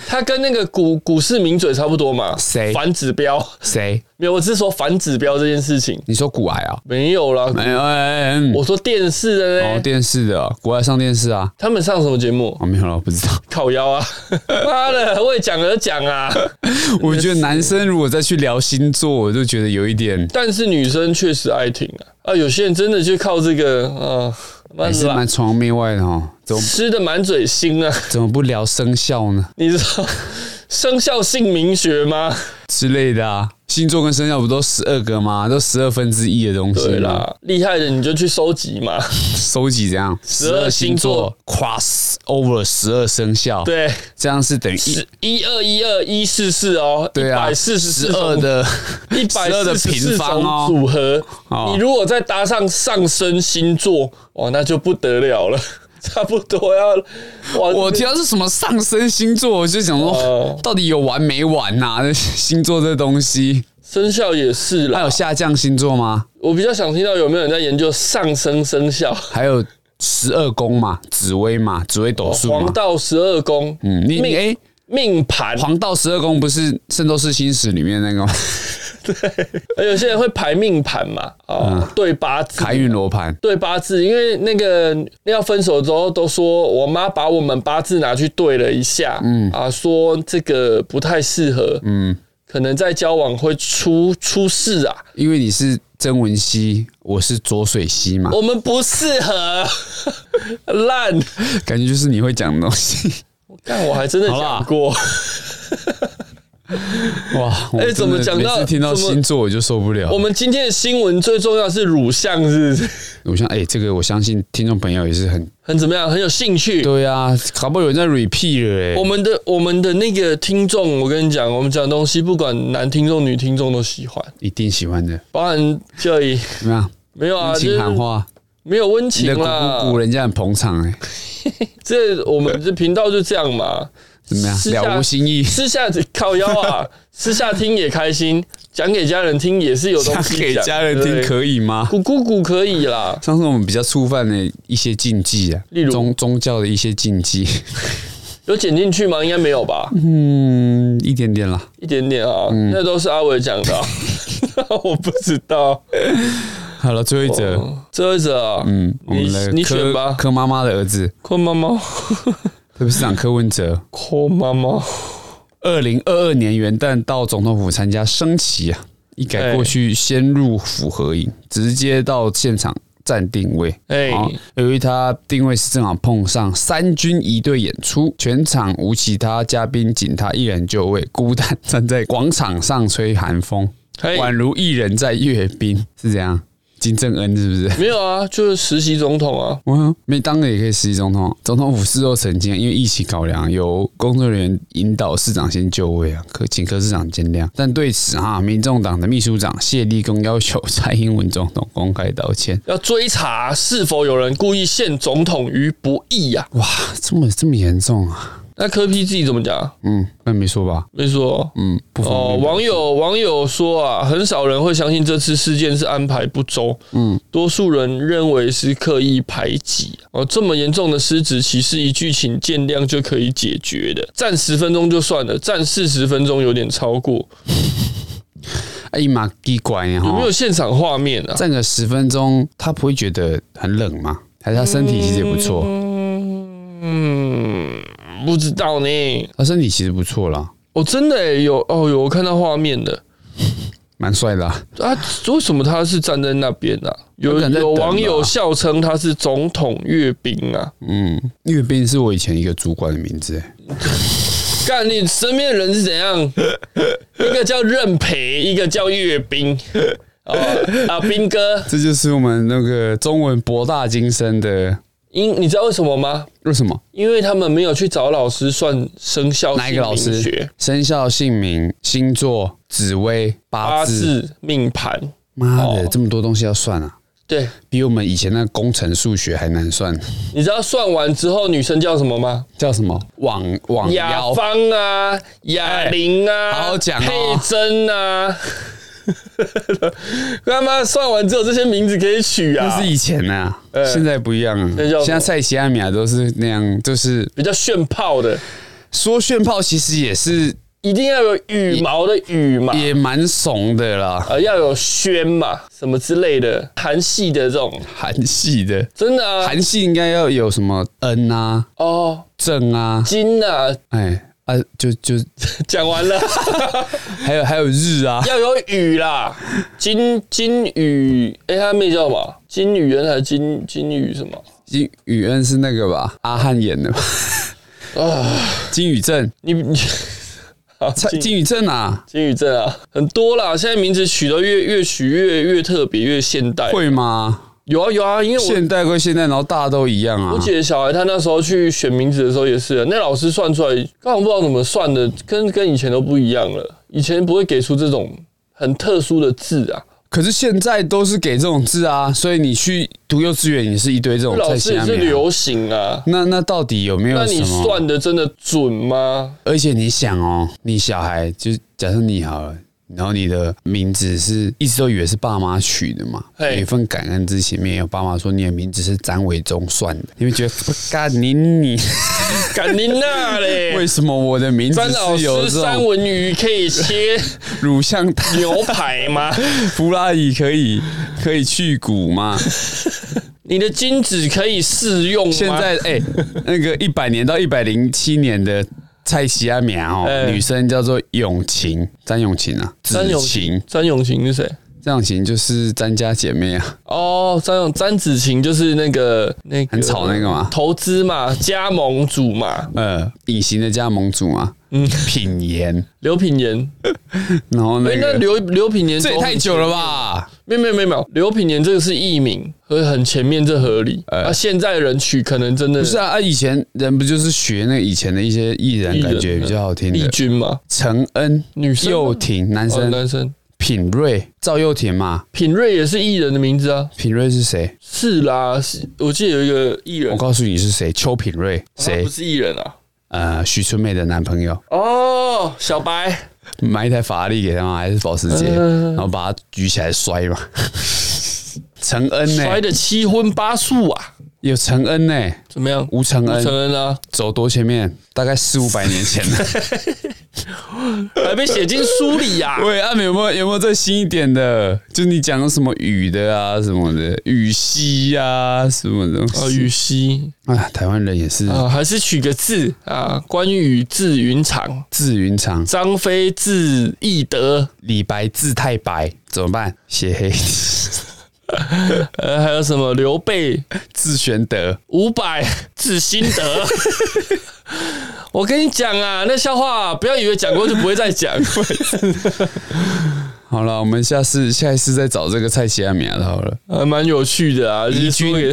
Speaker 2: 他跟那个股股市名嘴差不多嘛？
Speaker 1: 谁
Speaker 2: 反指标？
Speaker 1: 谁？
Speaker 2: 没有，我是说反指标这件事情
Speaker 1: 你说古癌啊？
Speaker 2: 没有啦。
Speaker 1: 没有，哎嗯
Speaker 2: 我说电视的
Speaker 1: 哦，
Speaker 2: 嘞，
Speaker 1: 电视的哦古癌上电视啊？
Speaker 2: 他们上什么节目？
Speaker 1: 哦，没有了，我不知 道。
Speaker 2: 烤腰啊！ 妈的，为讲而讲啊！
Speaker 1: 我觉得男生如果再去聊星座，我就觉得有一点
Speaker 2: 但是女生确实爱听啊啊！有些人真的就靠这个啊，
Speaker 1: 还
Speaker 2: 蛮
Speaker 1: 是蛮崇洋媚外的哦。怎么
Speaker 2: 吃的满嘴腥啊！
Speaker 1: 怎么不聊生肖呢
Speaker 2: 你知道生肖姓名学吗？
Speaker 1: 之类的啊？星座跟生肖不都十二个吗？都十二分之一的东西
Speaker 2: 对
Speaker 1: 吗？
Speaker 2: 啦，厉害的你就去收集嘛。
Speaker 1: 收集这样
Speaker 2: 12星座
Speaker 1: cross over 十二生肖，，
Speaker 2: 对，
Speaker 1: 这样是等于一
Speaker 2: 十一二一二一四四哦，
Speaker 1: 对啊，
Speaker 2: 百四十
Speaker 1: 十二的
Speaker 2: 一百
Speaker 1: 12的平方哦
Speaker 2: 组合
Speaker 1: 哦，
Speaker 2: 你如果再搭上上升星座，哇，那就不得了 了，差不多要哇，
Speaker 1: 我听到是什么上升星座，我就想说
Speaker 2: 哦，
Speaker 1: 到底有完没完呐、这 星座这东西，
Speaker 2: 生肖也是
Speaker 1: 还
Speaker 2: 啦。
Speaker 1: 有下降星座吗？
Speaker 2: 我比较想听到有没有人在研究上升生肖，
Speaker 1: 还有十二宫嘛，紫薇嘛，紫薇斗数嘛
Speaker 2: 哦黄。道十二宫，
Speaker 1: 嗯，你你
Speaker 2: 命
Speaker 1: 哎、
Speaker 2: 命盘，
Speaker 1: 黄道十二宫不是《圣斗士星矢》里面那 个吗
Speaker 2: 而有些人会排命盘嘛，
Speaker 1: 嗯
Speaker 2: 啊，对八字，
Speaker 1: 开运罗盘？
Speaker 2: 对八字，因为那个要分手之后都说，我妈把我们八字拿去对了一下，嗯啊，说这个不太适合，嗯，可能在交往会出出事啊，
Speaker 1: 因为你是曾文熙，我是左水熙嘛，
Speaker 2: 我们不适合， 烂，
Speaker 1: 感觉就是你会讲的东西。
Speaker 2: 但我还真的
Speaker 1: 好啦
Speaker 2: 讲过，
Speaker 1: 哇！我
Speaker 2: 哎
Speaker 1: 真的
Speaker 2: 怎么讲到
Speaker 1: 每次听到
Speaker 2: 怎么
Speaker 1: 星座我就受不了。
Speaker 2: 我们今天的新闻最重要的是乳相，是不是？
Speaker 1: 我想，哎、这个我相信听众朋友也是很
Speaker 2: 很怎么样？很有兴趣。
Speaker 1: 对啊，搞不好有人在 repeat 了、欸，
Speaker 2: 我们的我们的那个听众，我跟你讲，我们讲东西不管男听众女听众都喜欢，
Speaker 1: 一定喜欢的，
Speaker 2: 包含这里
Speaker 1: 怎么样？
Speaker 2: 没有啊，
Speaker 1: 温
Speaker 2: 就
Speaker 1: 情
Speaker 2: 是
Speaker 1: 喊话，
Speaker 2: 没有温
Speaker 1: 你
Speaker 2: 情
Speaker 1: 的鼓
Speaker 2: 啦
Speaker 1: 鼓。鼓人家很捧场、欸，哎，
Speaker 2: 这我们这频道就这样嘛，
Speaker 1: 怎么样？
Speaker 2: 私下
Speaker 1: 了无新意，
Speaker 2: 私下靠腰啊， 私下听也开心，讲给家人听也是有 东
Speaker 1: 讲
Speaker 2: 西
Speaker 1: 给
Speaker 2: 讲
Speaker 1: 家人听可以吗？
Speaker 2: 咕咕咕可以啦，
Speaker 1: 上次我们比较触犯了一些禁忌啊，
Speaker 2: 例如
Speaker 1: 宗宗教的一些禁忌，
Speaker 2: 有剪进去吗？应该没有吧，
Speaker 1: 嗯，一点点啦。
Speaker 2: 一点点啊，那都是阿伟讲 的啊、我不知道。
Speaker 1: 好了，最后一则，
Speaker 2: 哦最后一则啊，
Speaker 1: 嗯，我
Speaker 2: 你
Speaker 1: 们的
Speaker 2: 你
Speaker 1: 柯
Speaker 2: 选吧，
Speaker 1: 柯妈妈的儿子，
Speaker 2: 柯妈妈，
Speaker 1: 特别市长 柯文哲，
Speaker 2: 柯妈妈，
Speaker 1: 二零二二年元旦到总统府参加升旗啊，一改
Speaker 2: 哎
Speaker 1: 过去先入府合影，直接到现场站定位。
Speaker 2: 哎
Speaker 1: 好，由于他定位是正好碰上三军一队演出，全场无其他嘉宾，仅他一人就位，孤单站在广场上吹寒风，
Speaker 2: 嘿
Speaker 1: 宛如一人在阅兵，是这样？金正恩是不是？
Speaker 2: 没有啊，就是实习总统啊，
Speaker 1: 哇，没当然也可以实习总统，总统府事后澄清，因为疫情考量，由工作人员引导市长先就位啊，可请柯市长见谅。但对此哈，民众党的秘书长谢立功要求蔡英文总统公开道歉。
Speaker 2: 要追查是否有人故意陷总统于不义呀、啊。
Speaker 1: 哇，这么这么严重啊！
Speaker 2: 那柯批自己怎么讲啊？
Speaker 1: 嗯，那没说吧？
Speaker 2: 没说
Speaker 1: 嗯，不方
Speaker 2: 哦
Speaker 1: 便。。
Speaker 2: 网友网友说啊，很少人会相信这次事件是安排不周，嗯，多数人认为是刻意排挤。哦，这么严重的失职歧视，一句请见谅就可以解决的，站十分钟就算了，站四十分钟有点超过。
Speaker 1: 哎妈，地拐呀！
Speaker 2: 有
Speaker 1: 哈
Speaker 2: 没有现场画面啊？
Speaker 1: 站个十分钟，他不会觉得很冷吗？还是他身体其实也不错？
Speaker 2: 嗯，不知道呢。
Speaker 1: 他身体其实不错啦，
Speaker 2: 哦，真的耶有哦，有我看到画面的
Speaker 1: 蛮帅的啊、
Speaker 2: 啊，为什么他是站在那边啊？有
Speaker 1: 他可能在
Speaker 2: 有
Speaker 1: 等吧
Speaker 2: 网友笑称他是总统阅兵 啊！
Speaker 1: 嗯，阅兵是我以前一个主管的名字、哎
Speaker 2: 干你身边的人是 怎样？一个叫任培，一个叫阅兵。哦啊，兵哥，
Speaker 1: 这就是我们那个中文博大精深的。
Speaker 2: 因你知道为什么吗？
Speaker 1: 为什么？
Speaker 2: 因为他们没有去找老师算生肖
Speaker 1: 哪一个老
Speaker 2: 姓名
Speaker 1: 师
Speaker 2: 学？
Speaker 1: 生肖、姓名、星座、紫薇、八
Speaker 2: 八
Speaker 1: 字。
Speaker 2: 字命盘。
Speaker 1: 妈的
Speaker 2: 哦，
Speaker 1: 这么多东西要算啊！
Speaker 2: 对，
Speaker 1: 比我们以前那个工程数学还难算，
Speaker 2: 你知道算完之后女生叫什么吗？
Speaker 1: 叫什么网网
Speaker 2: 雅
Speaker 1: 妖？
Speaker 2: 芳啊，雅玲啊，
Speaker 1: 好好讲哦
Speaker 2: 佩珍啊。 他妈算完之后，这些名字可以取啊，
Speaker 1: 那是以前呐、啊，现在不一样啊
Speaker 2: 那呃叫什。么
Speaker 1: 现在蔡奇艾米亚都是那样，就是
Speaker 2: 比较炫炮的，
Speaker 1: 说炫炮，其实也是
Speaker 2: 一定要有羽毛的羽嘛，
Speaker 1: 也蛮怂的啦，
Speaker 2: 呃，要有轩嘛，什么之类的，韩系的这种，
Speaker 1: 韩系的。
Speaker 2: 真的啊，
Speaker 1: 韩系应该要有什么恩啊、
Speaker 2: 哦，
Speaker 1: 正啊，
Speaker 2: 金啊，
Speaker 1: 哎啊，就就
Speaker 2: 讲完了，
Speaker 1: 还有还有日啊，
Speaker 2: 要有雨啦，金金雨，哎、他妹叫什么？金雨人还是金金雨什么？
Speaker 1: 金宇恩是那个吧？阿汉演 的吧？金宇镇，
Speaker 2: 啊你你。 好，
Speaker 1: 蔡
Speaker 2: 金
Speaker 1: 金宇镇啊，
Speaker 2: 金宇镇啊，很多啦。现在名字取得越越取越越特别，越现代。
Speaker 1: 会吗？
Speaker 2: 有啊有啊，因为我
Speaker 1: 现代归现代，然后大家都一样啊
Speaker 2: 我。姐的小孩，她那时候去选名字的时候也是啊，那老师算出来，刚好不知道怎么算的，跟跟以前都不一样了。以前不会给出这种很特殊的字啊，
Speaker 1: 可是现在都是给这种字啊，所以你去读幼稚园也是一堆这种
Speaker 2: 老
Speaker 1: 蔡
Speaker 2: 师
Speaker 1: 奇
Speaker 2: 也
Speaker 1: 艾
Speaker 2: 是
Speaker 1: 米亚。
Speaker 2: 流行啊。
Speaker 1: 那那到底有啊没
Speaker 2: 那
Speaker 1: 有
Speaker 2: 你
Speaker 1: 什么？
Speaker 2: 算的真的准吗？
Speaker 1: 而且你想哦，你小孩就假设你好了。然后你的名字是一直都以为是爸妈取的嘛，
Speaker 2: 嘿
Speaker 1: 有一份感恩之情，面有爸妈说你的名字是张伟忠算的，你会觉得 不干你你
Speaker 2: 赶你 那
Speaker 1: 为
Speaker 2: 嘞！
Speaker 1: 什么我的名字
Speaker 2: 詹老
Speaker 1: 是有
Speaker 2: 师，
Speaker 1: 这
Speaker 2: 三
Speaker 1: 种
Speaker 2: 文鱼可以切
Speaker 1: 乳像
Speaker 2: 牛排吗？
Speaker 1: 弗拉里可以可以去骨 吗？
Speaker 2: 你的精子可以试用吗？
Speaker 1: 现在哎、那个一百年到一百零七年的蔡奇亚苗哦，
Speaker 2: 哎
Speaker 1: 女生叫做永晴，张永晴啊，
Speaker 2: 詹
Speaker 1: 子
Speaker 2: 永
Speaker 1: 晴
Speaker 2: 晴，，詹永晴是谁？
Speaker 1: 张小琴就是詹家姐妹啊，
Speaker 2: 哦，张勇詹子晴就是那个那个
Speaker 1: 很吵那个嘛
Speaker 2: 投资嘛，加盟主嘛，
Speaker 1: 呃，隐形的加盟主嘛，嗯，品言，
Speaker 2: 刘品言。
Speaker 1: 然后
Speaker 2: 哎、
Speaker 1: 那
Speaker 2: 那
Speaker 1: 个
Speaker 2: 刘刘品言
Speaker 1: 这也
Speaker 2: 都
Speaker 1: 太久了吧？
Speaker 2: 没有没有没有没有，刘品言这个是艺名，和很前面这合理。
Speaker 1: 呃
Speaker 2: 啊，现在人取可能真的
Speaker 1: 不是啊，啊，以前人不就是学那以前的一些艺人，
Speaker 2: 艺人
Speaker 1: 感觉比较好听
Speaker 2: 义
Speaker 1: 的，
Speaker 2: 军嘛，
Speaker 1: 陈恩、
Speaker 2: 女生吗
Speaker 1: 佑廷，男
Speaker 2: 哦，
Speaker 1: 生啊
Speaker 2: 男生
Speaker 1: 品瑞、赵又廷嘛，
Speaker 2: 品瑞也是艺人的名字啊，
Speaker 1: 品瑞是谁？
Speaker 2: 是啦，是我记得有一个艺人，
Speaker 1: 我告诉你是谁，邱品瑞，
Speaker 2: 他
Speaker 1: 谁
Speaker 2: 不？是艺人啊？
Speaker 1: 呃，徐春妹的男朋友，
Speaker 2: 哦，小白，
Speaker 1: 买一台法拉利给他嘛，还是保时捷，
Speaker 2: 嗯
Speaker 1: 然后把他举起来摔嘛。 陈恩呢、
Speaker 2: 摔得七荤八素啊，
Speaker 1: 有陈恩呢、
Speaker 2: 怎么样？
Speaker 1: 吴承
Speaker 2: 吴承
Speaker 1: 恩
Speaker 2: 恩啊，
Speaker 1: 走多前面，大概四五百年前 了。
Speaker 2: 还被写进书里呀、 啊。
Speaker 1: 喂，阿美有没有有没有再新一点的？就你讲什么雨的啊，什么的雨西啊，什么东
Speaker 2: 呃，
Speaker 1: 西
Speaker 2: 雨熙
Speaker 1: 啊？台湾人也是
Speaker 2: 啊，还是取个字啊，关羽字云长，
Speaker 1: 字云长，
Speaker 2: 张飞字翼德，
Speaker 1: 李白字太白，怎么办？写黑
Speaker 2: 呃，还有什么刘备
Speaker 1: 字玄德，
Speaker 2: 五百字心得。 我跟你讲啊，那笑话、不要以为讲过就不会再 讲。
Speaker 1: 好了，我们下次下一次再找这个蔡奇亚米亚的好了。
Speaker 2: 还蛮有趣的啊，就是说给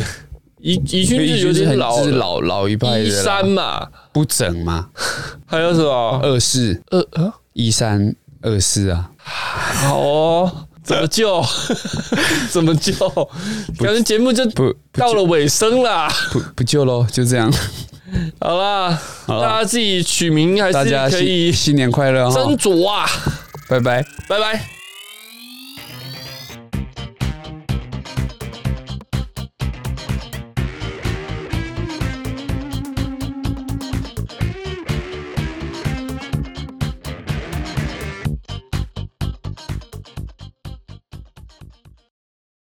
Speaker 2: 宜宜君
Speaker 1: 因为
Speaker 2: 是有
Speaker 1: 就是
Speaker 2: 点
Speaker 1: 很
Speaker 2: 老
Speaker 1: 就是
Speaker 2: 了，
Speaker 1: 老老一派
Speaker 2: 一
Speaker 1: 的啦
Speaker 2: 三嘛，
Speaker 1: 不整嘛，
Speaker 2: 还有什么
Speaker 1: 二四
Speaker 2: 呃啊？
Speaker 1: 一三二四啊，
Speaker 2: 好哦，怎么 救？怎么救？感觉节目就
Speaker 1: 不不
Speaker 2: 到了尾声啦。
Speaker 1: 不不救喽，就这样。
Speaker 2: 好啦，
Speaker 1: 啦
Speaker 2: 大家自己取名还
Speaker 1: 大
Speaker 2: 是
Speaker 1: 家
Speaker 2: 可以
Speaker 1: 新新年快乐哈，哦
Speaker 2: 斟酌啊。
Speaker 1: 拜拜。
Speaker 2: 拜拜。